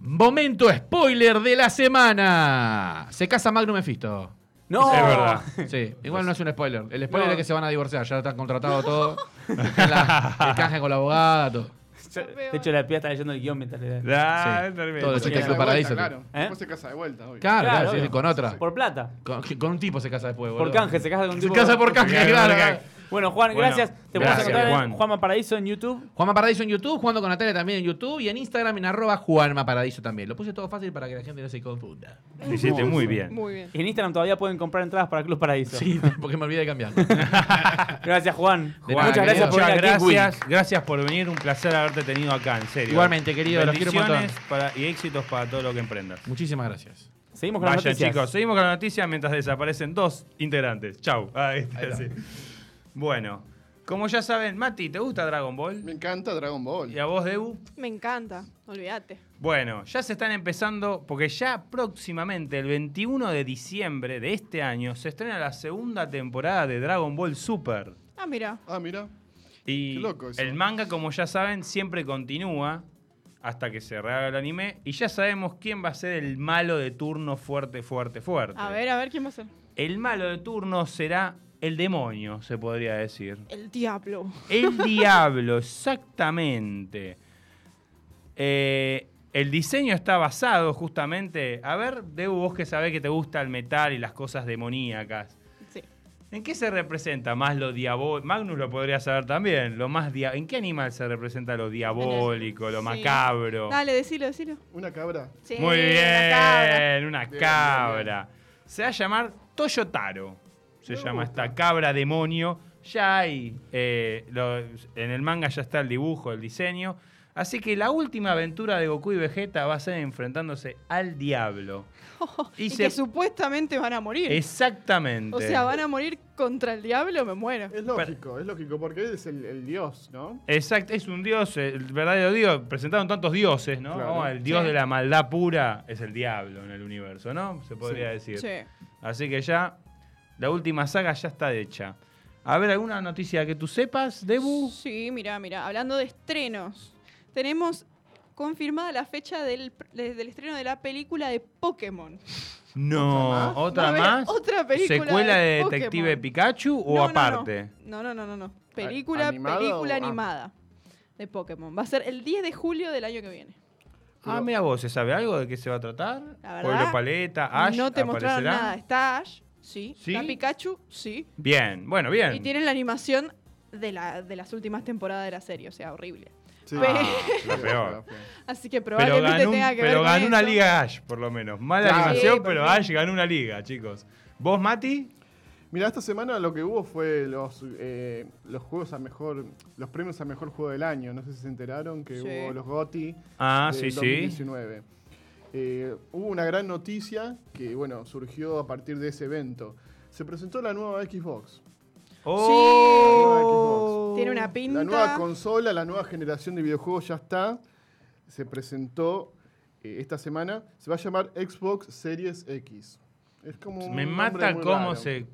S5: Momento spoiler de la semana. Se casa Magnum Mephisto.
S2: No.
S3: Es verdad.
S5: Sí, igual no es un spoiler. El spoiler
S2: No.
S5: es que se van a divorciar, ya están contratados todo. Está en la- el canje con la abogada, todo.
S2: Se-
S4: peor.
S2: de hecho, la piba está leyendo el guión mientras le da.
S3: Ah,
S7: Sí.
S3: es tremendo.
S7: Todo
S6: Después
S7: Chica
S6: se casa de
S7: del Paraíso,
S6: vuelta, claro.
S2: ¿Eh?
S6: Después se casa de vuelta, obvio.
S5: Claro,
S2: Claro,
S5: claro, sí,
S2: obvio.
S5: sí, con otra.
S2: Por plata.
S5: Con, con un tipo se casa después, boludo.
S2: Por canje, se casa con un
S7: Se
S2: tipo.
S7: casa por canje,
S3: Porque-
S7: claro.
S3: porque-
S2: Bueno, Juan,
S3: Bueno,
S2: gracias. Te podemos
S3: gracias,
S2: encontrar en
S3: Juan.
S2: Juanma Paradiso en YouTube.
S5: Juanma Paradiso en YouTube, jugando con Natalia también en YouTube y en Instagram en arroba Juanma Paradiso también. Lo puse todo fácil para que la gente no se confunda.
S3: Lo hiciste muy bien.
S4: Muy bien.
S2: Y en Instagram todavía pueden comprar entradas para Club Paradiso.
S5: Sí, porque me olvidé de cambiar.
S2: Gracias, Juan.
S5: nada,
S2: Muchas
S5: querido.
S2: gracias por venir
S3: Muchas
S2: aquí, Will.
S3: gracias, gracias por venir. Un placer haberte tenido acá, en serio.
S5: Igualmente, querido, los quiero un montón.
S3: Bendiciones para- y éxitos para todo lo que emprendas.
S5: Muchísimas gracias.
S2: Seguimos con las
S3: Vaya,
S2: noticias.
S3: chicos, seguimos con la noticia mientras desaparecen dos integrantes. Chau. Ah, este,
S5: Ahí va.
S3: sí. Bueno, como ya saben, Mati, ¿te gusta Dragon Ball?
S6: Me encanta Dragon Ball.
S3: ¿Y a vos, Debu?
S4: Me encanta, olvídate.
S3: Bueno, ya se están empezando, porque ya próximamente, el 21 de diciembre de este año, se estrena la segunda temporada de Dragon Ball Super.
S4: Ah, mira.
S6: Ah, mira.
S3: Y
S6: Qué loco eso.
S3: el manga, como ya saben, siempre continúa hasta que se rehaga el anime. Y ya sabemos quién va a ser el malo de turno fuerte, fuerte, fuerte.
S4: A ver, a ver, ¿quién va a ser?
S3: El malo de turno será el demonio, se podría decir.
S4: El diablo.
S3: El diablo, exactamente. Eh, el diseño está basado justamente. A ver, Debu, vos que sabés que te gusta el metal y las cosas demoníacas.
S4: Sí.
S3: ¿En qué se representa más lo diabólico? Magnus lo podría saber también. Lo más dia- ¿En qué animal se representa lo diabólico, lo
S4: Sí.
S3: macabro?
S4: Dale, decilo, decilo.
S6: Una cabra.
S4: Sí,
S3: Muy
S4: la cabra.
S3: bien, una
S6: bien,
S3: cabra. Se va a llamar Toyotaro. Se
S6: Me
S3: llama
S6: gusta.
S3: esta cabra demonio. Ya hay, eh, lo- en el manga ya está el dibujo, el diseño. Así que la última aventura de Goku y Vegeta va a ser enfrentándose al diablo.
S4: Y, que supuestamente van a morir.
S3: Exactamente.
S4: O sea, van a morir contra el diablo, me muero.
S6: Es lógico, es lógico, porque él es el, el dios, ¿no?
S3: Exacto, es un dios, eh, el verdadero dios. Presentaron tantos dioses, ¿no?
S6: Claro.
S3: Vamos, el dios
S4: Sí.
S3: de la maldad pura es el diablo en el universo, ¿no? Se podría decir.
S4: Sí.
S3: Así que ya, la última saga ya está hecha. A ver, ¿alguna noticia que tú sepas, Debu?
S4: Sí, mira, mira, hablando de estrenos, tenemos confirmada la fecha del, pr- de- del estreno de la película de Pokémon.
S3: No,
S4: Va a
S3: Ah, ¿otra
S4: haber
S3: más?
S4: Otra película.
S3: ¿Secuela de,
S4: Pokémon.
S3: Detective Pikachu o
S4: No, no, no.
S3: aparte?
S4: No, no, no, no, no. Película,
S6: ¿animada
S4: película
S6: o- ah.
S4: animada de Pokémon. Va a ser el 10 de julio del año que viene.
S3: Ah, mira vos, ¿se sabe algo de qué se va a tratar?
S4: La verdad,
S3: Pueblo Paleta, Ash,
S4: no te mostraron
S3: aparecerá.
S4: nada. Está Ash, sí.
S3: ¿Sí?
S4: Está Pikachu, sí.
S3: Bien, bueno,
S4: Y
S3: bien.
S4: tienen la animación de, la, de las últimas temporadas de la serie, o sea, horrible.
S6: Sí.
S3: Ah, lo peor.
S4: Así que
S3: Pero
S4: probablemente
S3: ganó, un-
S4: tenga que ver
S3: pero
S4: con
S3: ganó una
S4: esto.
S3: liga Ash, por lo menos. Mala
S6: Claro.
S3: animación,
S4: Sí, por
S3: pero
S4: fin.
S3: Ash ganó una liga, chicos. ¿Vos, Mati?
S6: Mira, esta semana lo que hubo fue los, eh, los juegos a mejor, los premios a mejor juego del año. No sé si se enteraron que
S4: Sí.
S6: hubo los GOTI.
S3: Ah,
S6: del
S3: sí, sí.
S6: 2019. Eh, hubo una gran noticia que, bueno, surgió a partir de ese evento. Se presentó la nueva Xbox.
S3: Oh.
S4: Tiene una pinta.
S6: La nueva consola, la nueva generación de videojuegos ya está. Se presentó eh, esta semana. Se va a llamar Xbox Series X. Es como un
S3: Me
S6: nombre
S3: mata
S6: muy
S3: cómo
S6: raro.
S3: se.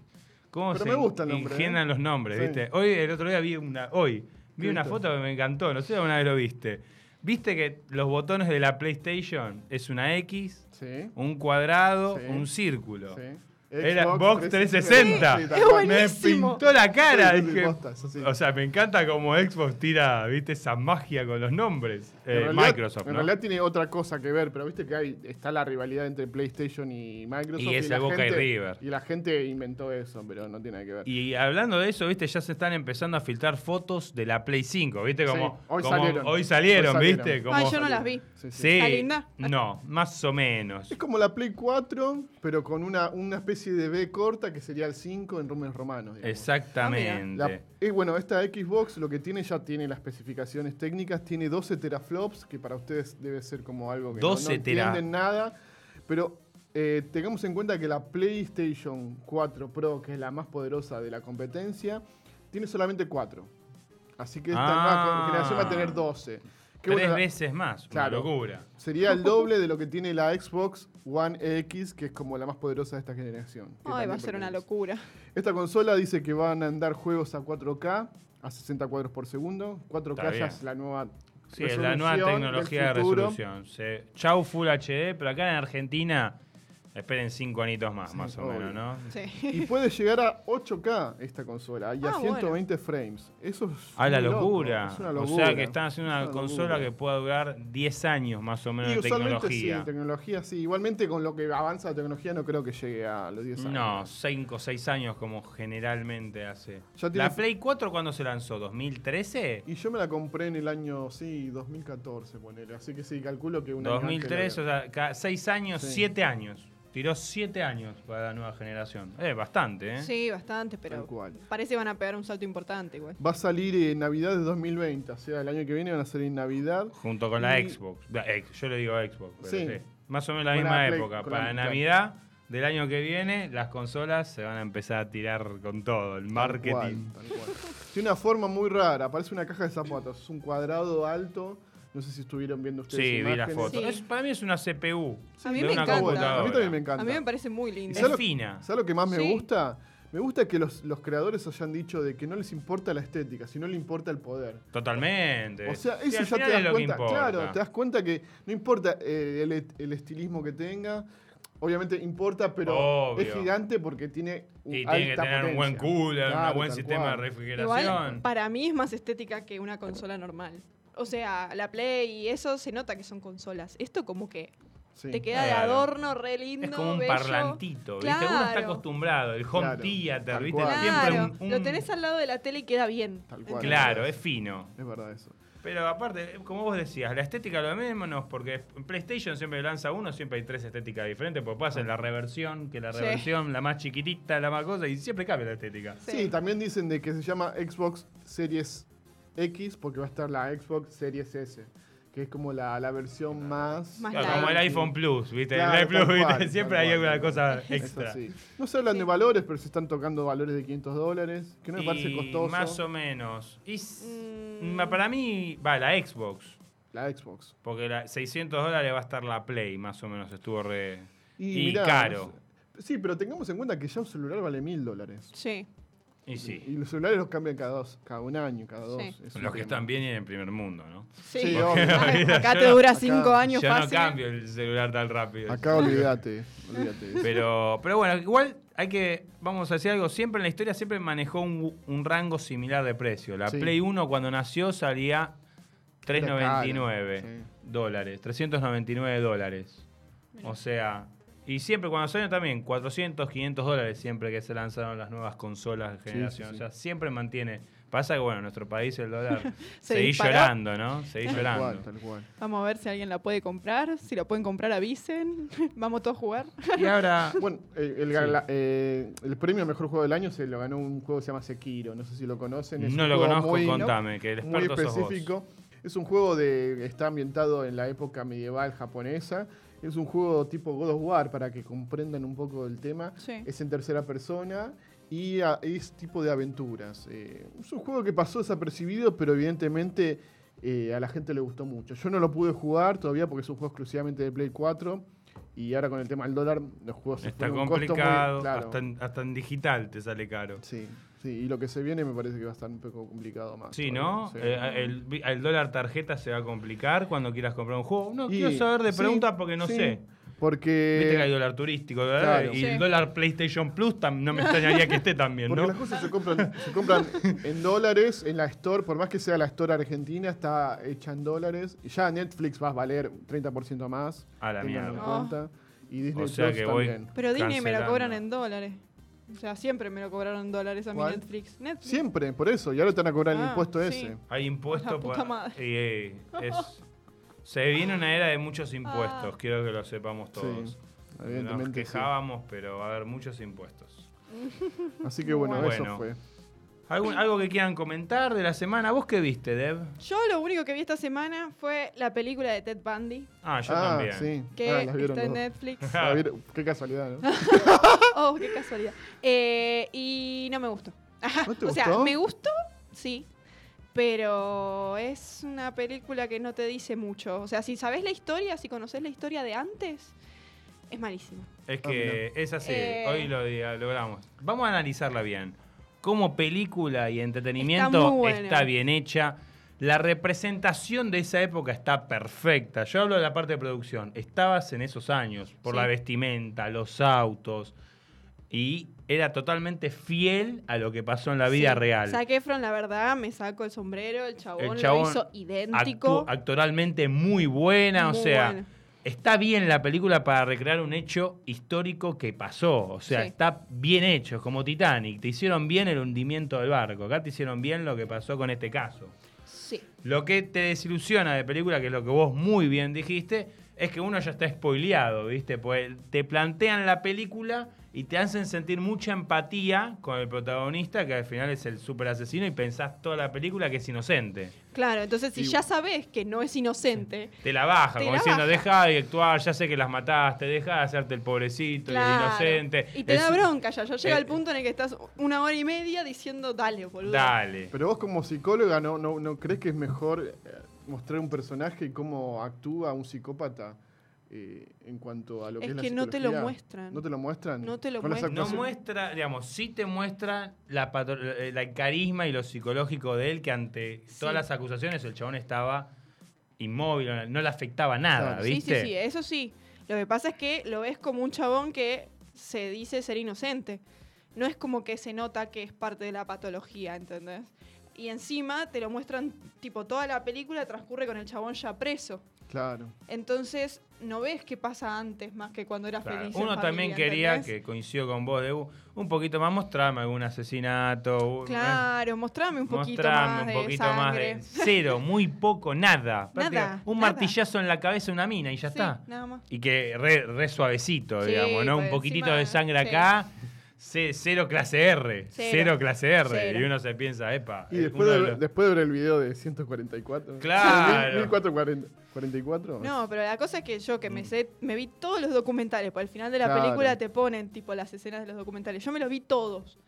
S3: Cómo
S6: Pero
S3: se
S6: me gusta el nombre,
S3: ingenian
S6: ¿eh?
S3: los nombres,
S6: Sí.
S3: ¿viste? Hoy, el otro día vi una. Hoy, vi
S6: ¿Qué
S3: una
S6: viste?
S3: foto que me encantó. No sé si alguna vez lo viste. ¿Viste que los botones de la PlayStation es una X,
S6: Sí.
S3: un cuadrado,
S6: Sí.
S3: un círculo?
S6: sí.
S3: Era Xbox 360.
S6: Sí, tal
S4: Es
S6: cual.
S3: Me
S4: Buenísimo.
S3: pintó la cara.
S6: Sí, sí, sí,
S3: dije,
S6: posta, eso sí.
S3: o sea, me encanta como Xbox tira, ¿viste? Esa magia con los nombres.
S6: En
S3: Eh,
S6: realidad-
S3: Microsoft,
S6: En
S3: ¿no?
S6: realidad tiene otra cosa que ver, pero viste que hay, está la rivalidad entre PlayStation y Microsoft.
S3: Y es
S6: la
S3: el Boca y
S6: gente-
S3: River.
S6: Y la gente inventó eso, pero no tiene nada que ver.
S3: Y hablando de eso, viste, ya se están empezando a filtrar fotos de la Play 5, viste,
S6: Sí,
S3: como,
S6: hoy
S3: como-
S6: salieron.
S3: hoy salieron,
S6: Hoy salieron.
S3: viste, como
S4: Ay, Ah, yo no las vi.
S6: Sí, sí.
S3: Sí,
S4: ¿Está linda?
S3: no, más o menos.
S6: Es como la Play 4, pero con una, una especie de B corta que sería el 5 en números romanos. digamos. La-
S3: Exactamente.
S6: eh, bueno, esta Xbox lo que tiene ya tiene las especificaciones técnicas, tiene 12 teraflops, que para ustedes debe ser como algo que no-
S3: 12
S6: no,
S3: tera.
S6: entienden nada, pero eh, tengamos en cuenta que la PlayStation 4 Pro, que es la más poderosa de la competencia, tiene solamente 4. Así que esta
S3: Ah.
S6: nueva generación va a tener 12. Qué
S3: Tres
S6: bueno, la-
S3: veces más,
S6: Claro.
S3: una locura.
S6: Sería el doble de lo que tiene la Xbox One X, que es como la más poderosa de esta generación. que
S4: Ay,
S6: también
S4: va a ser una
S6: pertenece.
S4: locura.
S6: Esta consola dice que van a andar juegos a 4K, a 60 cuadros por segundo. 4K
S3: Está
S6: ya
S3: bien.
S6: es la nueva.
S3: Sí, es la nueva
S6: resolución del
S3: tecnología de
S6: futuro.
S3: resolución. Se- chau Full HD, pero acá en Argentina Esperen cinco anitos más, más o
S6: obvio.
S3: menos, ¿no?
S4: Sí.
S6: Y puede llegar a 8K esta consola y a
S4: Ah,
S6: 120 frames. Eso es.
S3: A Ah, la
S6: muy loco,
S3: locura.
S6: es una
S3: O sea
S6: locura.
S3: que están haciendo una,
S6: Es una
S3: consola
S6: locura.
S3: que pueda durar 10 años más o menos
S6: Y
S3: de
S6: usualmente
S3: tecnología.
S6: sí, tecnología sí. Igualmente con lo que avanza la tecnología no creo que llegue a los 10 años.
S3: No, 5 o 6 años como generalmente hace.
S6: Ya tiene-
S3: ¿La Play 4 cuándo se lanzó? ¿2013?
S6: Y yo me la compré en el año, sí, 2014, ponele. Así que sí, calculo que un año antes la
S3: 2003, o sea, 6 años,
S6: Sí.
S3: 7 años. Tiró 7 años para la nueva generación. Eh, bastante, ¿eh?
S4: Sí, bastante,
S6: Tal
S4: pero
S6: cual.
S4: parece que van a pegar un salto importante igual.
S6: Va a salir en Navidad de 2020, o sea, el año que viene van a salir en Navidad.
S3: Junto con la
S6: Y-
S3: Xbox. La ex- yo le digo Xbox, pero sí.
S6: Sí.
S3: Más o menos la
S6: Con la
S3: misma
S6: Play-
S3: época.
S6: con la
S3: Para
S6: mitad.
S3: Navidad del año que viene, las consolas se van a empezar a tirar con todo, el marketing.
S6: Tal cual, tal cual. Tiene una forma muy rara, parece una caja de zapatos, es un cuadrado alto. No sé si estuvieron viendo ustedes.
S3: Sí, vi la
S6: imágenes.
S3: foto.
S4: Sí.
S3: Es- para mí es una CPU.
S4: A mí
S3: de
S4: me
S3: una
S4: encanta.
S3: computadora.
S6: A mí también me encanta.
S4: A mí me parece muy lindo.
S6: ¿Y sabes
S3: Es
S6: lo-
S3: fina.
S6: ¿Sabes lo que más me
S4: Sí.
S6: gusta? Me gusta que los, los creadores hayan dicho de que no les importa la estética, sino le importa el poder.
S3: Totalmente.
S6: O sea,
S3: Sí,
S6: eso
S3: al final
S6: ya te
S3: es
S6: das
S3: lo que
S6: cuenta.
S3: importa.
S6: Claro, te das cuenta que no importa eh, el, et- el estilismo que tenga. Obviamente importa, pero
S3: Obvio.
S6: es gigante porque tiene un
S3: Y tiene que
S6: alta
S3: tener un buen
S6: potencia.
S3: cooler,
S6: Claro,
S3: un buen
S6: tal
S3: sistema
S6: cual.
S3: de
S4: Igual,
S3: refrigeración.
S4: para mí es más estética que una consola normal. O sea, la Play y eso se nota que son consolas. Esto como que
S6: Sí.
S4: te queda de
S3: Claro.
S4: adorno, re lindo,
S3: Es como un
S4: bello.
S3: parlantito, ¿viste? Uno está
S4: Claro.
S3: acostumbrado, el home
S6: Claro,
S3: theater,
S6: tal
S3: ¿viste?
S6: cual.
S3: Siempre
S4: Claro,
S3: un, un-
S4: lo tenés al lado de la tele y queda bien.
S6: Tal cual.
S3: Claro, es fino.
S6: Es verdad eso.
S3: Pero aparte, como vos decías, la estética lo menos, porque en PlayStation siempre lanza uno, siempre hay tres estéticas diferentes, porque
S6: Ah.
S3: puedes hacer la reversión, que la
S4: Sí.
S3: reversión, la más chiquitita, la más cosa, y siempre cambia la estética.
S6: Sí. también dicen de que se llama Xbox Series X porque va a estar la Xbox Series S, que es como la, la versión más...
S4: Más
S3: Claro,
S4: Claro.
S3: como el iPhone Plus, ¿viste?
S6: Claro,
S3: el iPhone
S6: tal
S3: Plus, ¿viste?
S6: cual,
S3: siempre
S6: tal
S3: hay
S6: cual,
S3: alguna
S6: tal cual.
S3: cosa
S6: Eso
S3: extra.
S6: sí. No se hablan de valores, pero se están tocando valores de 500 dólares, que no me parece
S3: Y
S6: costoso.
S3: Más o menos. Y s-
S4: Mm.
S3: ma- para mí, va, la Xbox.
S6: La Xbox.
S3: Porque la 600 dólares va a estar la Play, más o menos. Estuvo re. Y
S6: mirá,
S3: caro.
S6: Sí, pero tengamos en cuenta que ya un celular vale 1000 dólares.
S4: Sí,
S3: Y
S6: Y
S3: sí.
S6: los celulares los cambian cada dos, cada un año, cada dos.
S4: Sí.
S6: Es un
S3: Los que
S6: tema.
S3: están bien y en el primer mundo, ¿no?
S4: sí.
S6: Sí, obvio.
S4: Acá te dura
S6: Acá-
S4: cinco años
S3: Yo no
S4: fácil.
S3: cambio el celular tan rápido.
S6: Acá olvídate, olvídate. de eso.
S3: Pero, pero bueno, igual hay que. Vamos a decir algo. Siempre en la historia siempre manejó un, un rango similar de precio. La
S6: Sí.
S3: Play 1 cuando nació salía
S6: Era cara,
S3: 3.99
S6: sí.
S3: dólares. 399 dólares. O sea. Y siempre cuando salieron también, 400, 500 dólares siempre que se lanzaron las nuevas consolas de generación.
S6: sí, sí.
S3: O sea, siempre mantiene. Pasa que, bueno, en nuestro país el dólar
S4: Se
S3: seguís
S4: disparó.
S3: llorando, ¿no? Seguís
S6: Tal
S3: llorando.
S6: cual, tal cual.
S4: Vamos a ver si alguien la puede comprar. Si la pueden comprar, avisen. Vamos todos a jugar.
S3: Y ahora,
S6: Bueno, eh, el, gala- eh, el premio a mejor juego del año se lo ganó un juego que se llama Sekiro. No sé si lo conocen. es
S3: no
S6: un
S3: lo
S6: juego
S3: conozco,
S6: muy-
S3: contame, que el
S6: muy
S3: experto sos vos.
S6: específico. Es un juego de está ambientado en la época medieval japonesa. Es un juego tipo God of War para que comprendan un poco el tema.
S4: Sí.
S6: Es en tercera persona y a- es tipo de aventuras. Eh, es un juego que pasó desapercibido, pero evidentemente eh, a la gente le gustó mucho. Yo no lo pude jugar todavía porque es un juego exclusivamente de Play 4 y ahora con el tema del dólar los juegos se
S3: Está
S6: fueron a un costo muy-
S3: complicado,
S6: claro.
S3: hasta, en, hasta en digital te sale caro.
S6: Sí, sí, y lo que se viene me parece que va a estar un poco complicado más.
S3: Sí,
S6: todavía,
S3: ¿no?
S6: sí.
S3: Eh, el, el dólar tarjeta se va a complicar cuando quieras comprar un juego. No,
S6: Y-
S3: quiero saber de
S6: sí,
S3: preguntas porque no
S6: sí,
S3: sé.
S6: Porque.
S3: Viste que hay dólar turístico, ¿verdad?
S6: claro.
S3: Y
S4: Sí.
S3: el dólar PlayStation Plus tam- no me extrañaría que esté también,
S6: Porque
S3: ¿no?
S6: las cosas se compran, se compran en dólares, en la Store, por más que sea la Store argentina, está hecha en dólares. Y ya Netflix va a valer 30% más.
S3: A la
S6: tengan en
S3: mierda.
S6: cuenta. Y Disney
S3: O sea
S6: Plus
S3: que voy-
S6: también.
S4: Pero Disney me lo
S3: Cancelando.
S4: cobran en dólares. O sea, siempre me lo cobraron en dólares a mi
S6: ¿Cuál?
S4: Netflix. Netflix.
S6: Siempre, por eso. Y ahora te van a cobrar el
S4: Ah,
S6: impuesto
S4: sí.
S6: ese.
S3: Hay impuestos.
S4: La puta
S3: pa-
S4: madre.
S3: y, eh, es- se viene una era de
S4: Ah.
S3: muchos impuestos, quiero que lo sepamos todos.
S6: Sí,
S3: Nos
S6: evidentemente. sí.
S3: quejábamos, pero va a haber muchos impuestos.
S6: Así que bueno,
S3: Bueno.
S6: eso fue.
S3: ¿Algún- ¿Algo que quieran comentar de la semana? ¿Vos qué viste, Deb?
S4: Yo lo único que vi esta semana fue la película de Ted Bundy,
S3: Ah, yo
S6: ah,
S3: también.
S6: sí.
S4: que
S6: Ah, las vieron
S4: está en
S6: los dos.
S4: Netflix.
S6: Las vieron- Qué casualidad, ¿no?
S4: Oh, qué casualidad. Eh, y no me gustó. Ajá,
S6: ¿No te
S4: o sea,
S6: gustó?
S4: me gustó, sí. Pero es una película que no te dice mucho. O sea, si sabes la historia, si conoces la historia de antes, es malísima.
S3: Es que es así,
S4: Eh.
S3: hoy lo dialogamos. Vamos a analizarla bien. Como película y
S4: Está
S3: entretenimiento
S4: muy buena.
S3: está bien hecha. La representación de esa época está perfecta. Yo hablo de la parte de producción. Estabas en esos años, por
S4: Sí.
S3: la vestimenta, los autos, y era totalmente fiel a lo que pasó en la vida
S4: Sí.
S3: real.
S4: Zac Efron, la verdad, me saco el sombrero, el chabón,
S3: chabón
S4: lo hizo idéntico.
S3: Actu- actoralmente muy buena, o
S4: Muy
S3: sea,
S4: bueno.
S3: está bien la película para recrear un hecho histórico que pasó, o sea,
S4: Sí.
S3: está bien hecho, es como Titanic, te hicieron bien el hundimiento del barco, acá te hicieron bien lo que pasó con este caso.
S4: Sí.
S3: Lo que te desilusiona de película, que es lo que vos muy bien dijiste, es que uno ya está spoileado, ¿viste? Pues te plantean la película y te hacen sentir mucha empatía con el protagonista, que al final es el super asesino, y pensás toda la película que es inocente.
S4: Claro, entonces si
S6: Y-
S4: ya sabes que no es inocente,
S3: Te la baja,
S4: Te
S3: como
S4: la
S3: diciendo,
S4: baja.
S3: deja de actuar, ya sé que las mataste, deja de hacerte el pobrecito,
S4: claro,
S3: el inocente.
S4: Y te
S3: Es-
S4: da bronca ya, ya llega
S3: eh,
S4: el punto en el que estás una hora y media diciendo, dale, boludo.
S3: Dale.
S6: Pero vos como psicóloga, ¿no, no, no crees que es mejor eh, mostrar un personaje y cómo actúa un psicópata eh, en cuanto a lo que
S4: Es
S6: es, la
S4: que no te lo
S6: psicología?
S4: muestran.
S6: ¿No te lo muestran?
S4: No te lo
S6: Con las
S4: muestran.
S3: No
S6: actuaciones-
S3: muestra, digamos, sí te muestra la pato- eh, la- el carisma y lo psicológico de él, que ante
S4: Sí.
S3: todas las acusaciones el chabón estaba inmóvil, no le afectaba nada,
S6: Claro.
S4: Sí, sí,
S3: ¿viste?
S4: sí, eso sí. Lo que pasa es que lo ves como un chabón que se dice ser inocente. No es como que se nota que es parte de la patología, ¿entendés? Y encima te lo muestran, tipo, toda la película transcurre con el chabón ya preso.
S6: Claro.
S4: Entonces, no ves qué pasa antes más que cuando eras
S3: Claro.
S4: feliz. en
S3: Uno también
S4: familia,
S3: quería,
S4: ¿entendés?
S3: que coincido con vos, Debu, un poquito más mostrarme algún asesinato. un- ¿eh?
S4: Claro, mostrame un poquito
S3: Mostrame
S4: más de
S3: un poquito más
S4: sangre.
S3: de cero, muy poco, nada. Práctica- un
S4: nada.
S3: martillazo en la cabeza de una mina y ya
S4: Sí,
S3: está.
S4: nada más.
S3: Y que re, re suavecito,
S4: Sí,
S3: digamos, ¿no? Un
S4: por
S3: poquitito
S4: encima,
S3: de sangre
S4: sí.
S3: acá. ce- Cero clase R, cero,
S4: Cero.
S3: clase R.
S4: Cero.
S3: Y uno se piensa, epa.
S6: Y
S3: eh,
S6: después
S3: uno
S6: de,
S3: de
S6: ver-
S3: los-
S6: después de ver el video de 144.
S3: Claro.
S6: 1444.
S3: Pues-
S4: No, pero la cosa es que yo que
S3: Mm.
S4: me sé, me vi todos los documentales, porque al final de la
S6: Claro.
S4: película te ponen tipo las escenas de los documentales. Yo me los vi todos.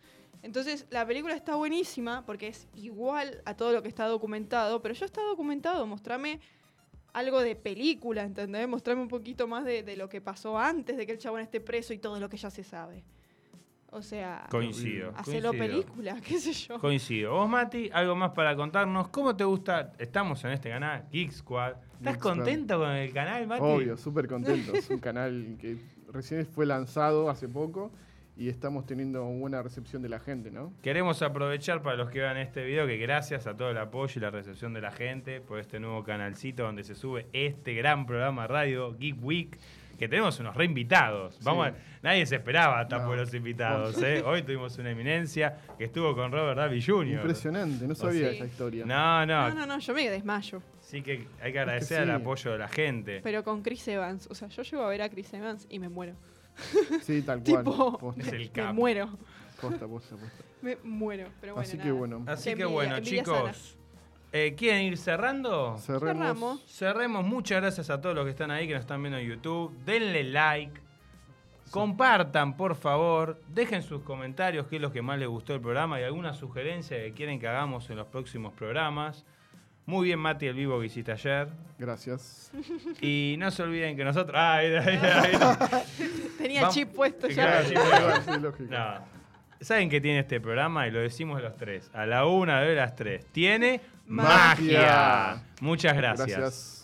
S4: Entonces, la película está buenísima porque es igual a todo lo que está documentado, pero ya está documentado, mostrame algo de película, ¿entendés? Mostrame un poquito más de, de lo que pasó antes de que el chabón esté preso y todo lo que ya se sabe. O sea,
S3: Coincido. coincido.
S4: hacelo película, qué sé yo.
S3: Coincido. Vos, Mati, algo más para contarnos. ¿Cómo te gusta? Estamos en este canal, Geek Squad. ¿Estás
S6: Geek Squad.
S3: contento con el canal, Mati?
S6: Obvio, súper contento. Es un canal que recién fue lanzado hace poco y estamos teniendo buena recepción de la gente, ¿no?
S3: Queremos aprovechar para los que vean este video que gracias a todo el apoyo y la recepción de la gente por este nuevo canalcito donde se sube este gran programa de radio Geek Week que tenemos unos reinvitados. Vamos, a- nadie se esperaba hasta
S6: No.
S3: por los invitados. ¿eh? Hoy tuvimos una eminencia que estuvo con Robert Davi Jr.
S6: Impresionante, no sabía
S4: sí.
S6: esa historia.
S3: No, no,
S4: No, no, no, yo me desmayo.
S3: Sí que hay que agradecer
S6: sí.
S3: el apoyo de la gente.
S4: Pero con Chris Evans, o sea, yo llego a ver a Chris Evans y me muero.
S6: Sí, tal cual.
S4: Tipo,
S6: Posta,
S3: Es el
S4: me
S3: cap.
S4: muero.
S6: posta, posta, posta.
S4: Me muero, pero bueno.
S6: Así que
S4: nada.
S6: bueno,
S3: Así
S4: Qué
S3: que
S4: envidia,
S3: bueno,
S4: envidia
S3: chicos. eh, ¿Quieren ir cerrando?
S6: cerremos.
S4: Cerramos.
S3: Cerremos. Muchas gracias a todos los que están ahí, que nos están viendo en YouTube. Denle like. Compartan, por favor. Dejen sus comentarios qué es lo que más les gustó del programa y alguna sugerencia que quieren que hagamos en los próximos programas. Muy bien, Mati, el vivo que hiciste ayer.
S6: Gracias.
S3: Y no se olviden que nosotros. Ah, era, era, era.
S4: Tenía
S3: Vamos.
S4: chip puesto ya.
S3: Claro, sí, bueno.
S6: Sí, lógico.
S3: No. ¿Saben qué tiene este programa? Y lo decimos los tres. A la una de las tres. Tiene magia.
S6: Magia.
S3: Muchas gracias.
S6: Gracias.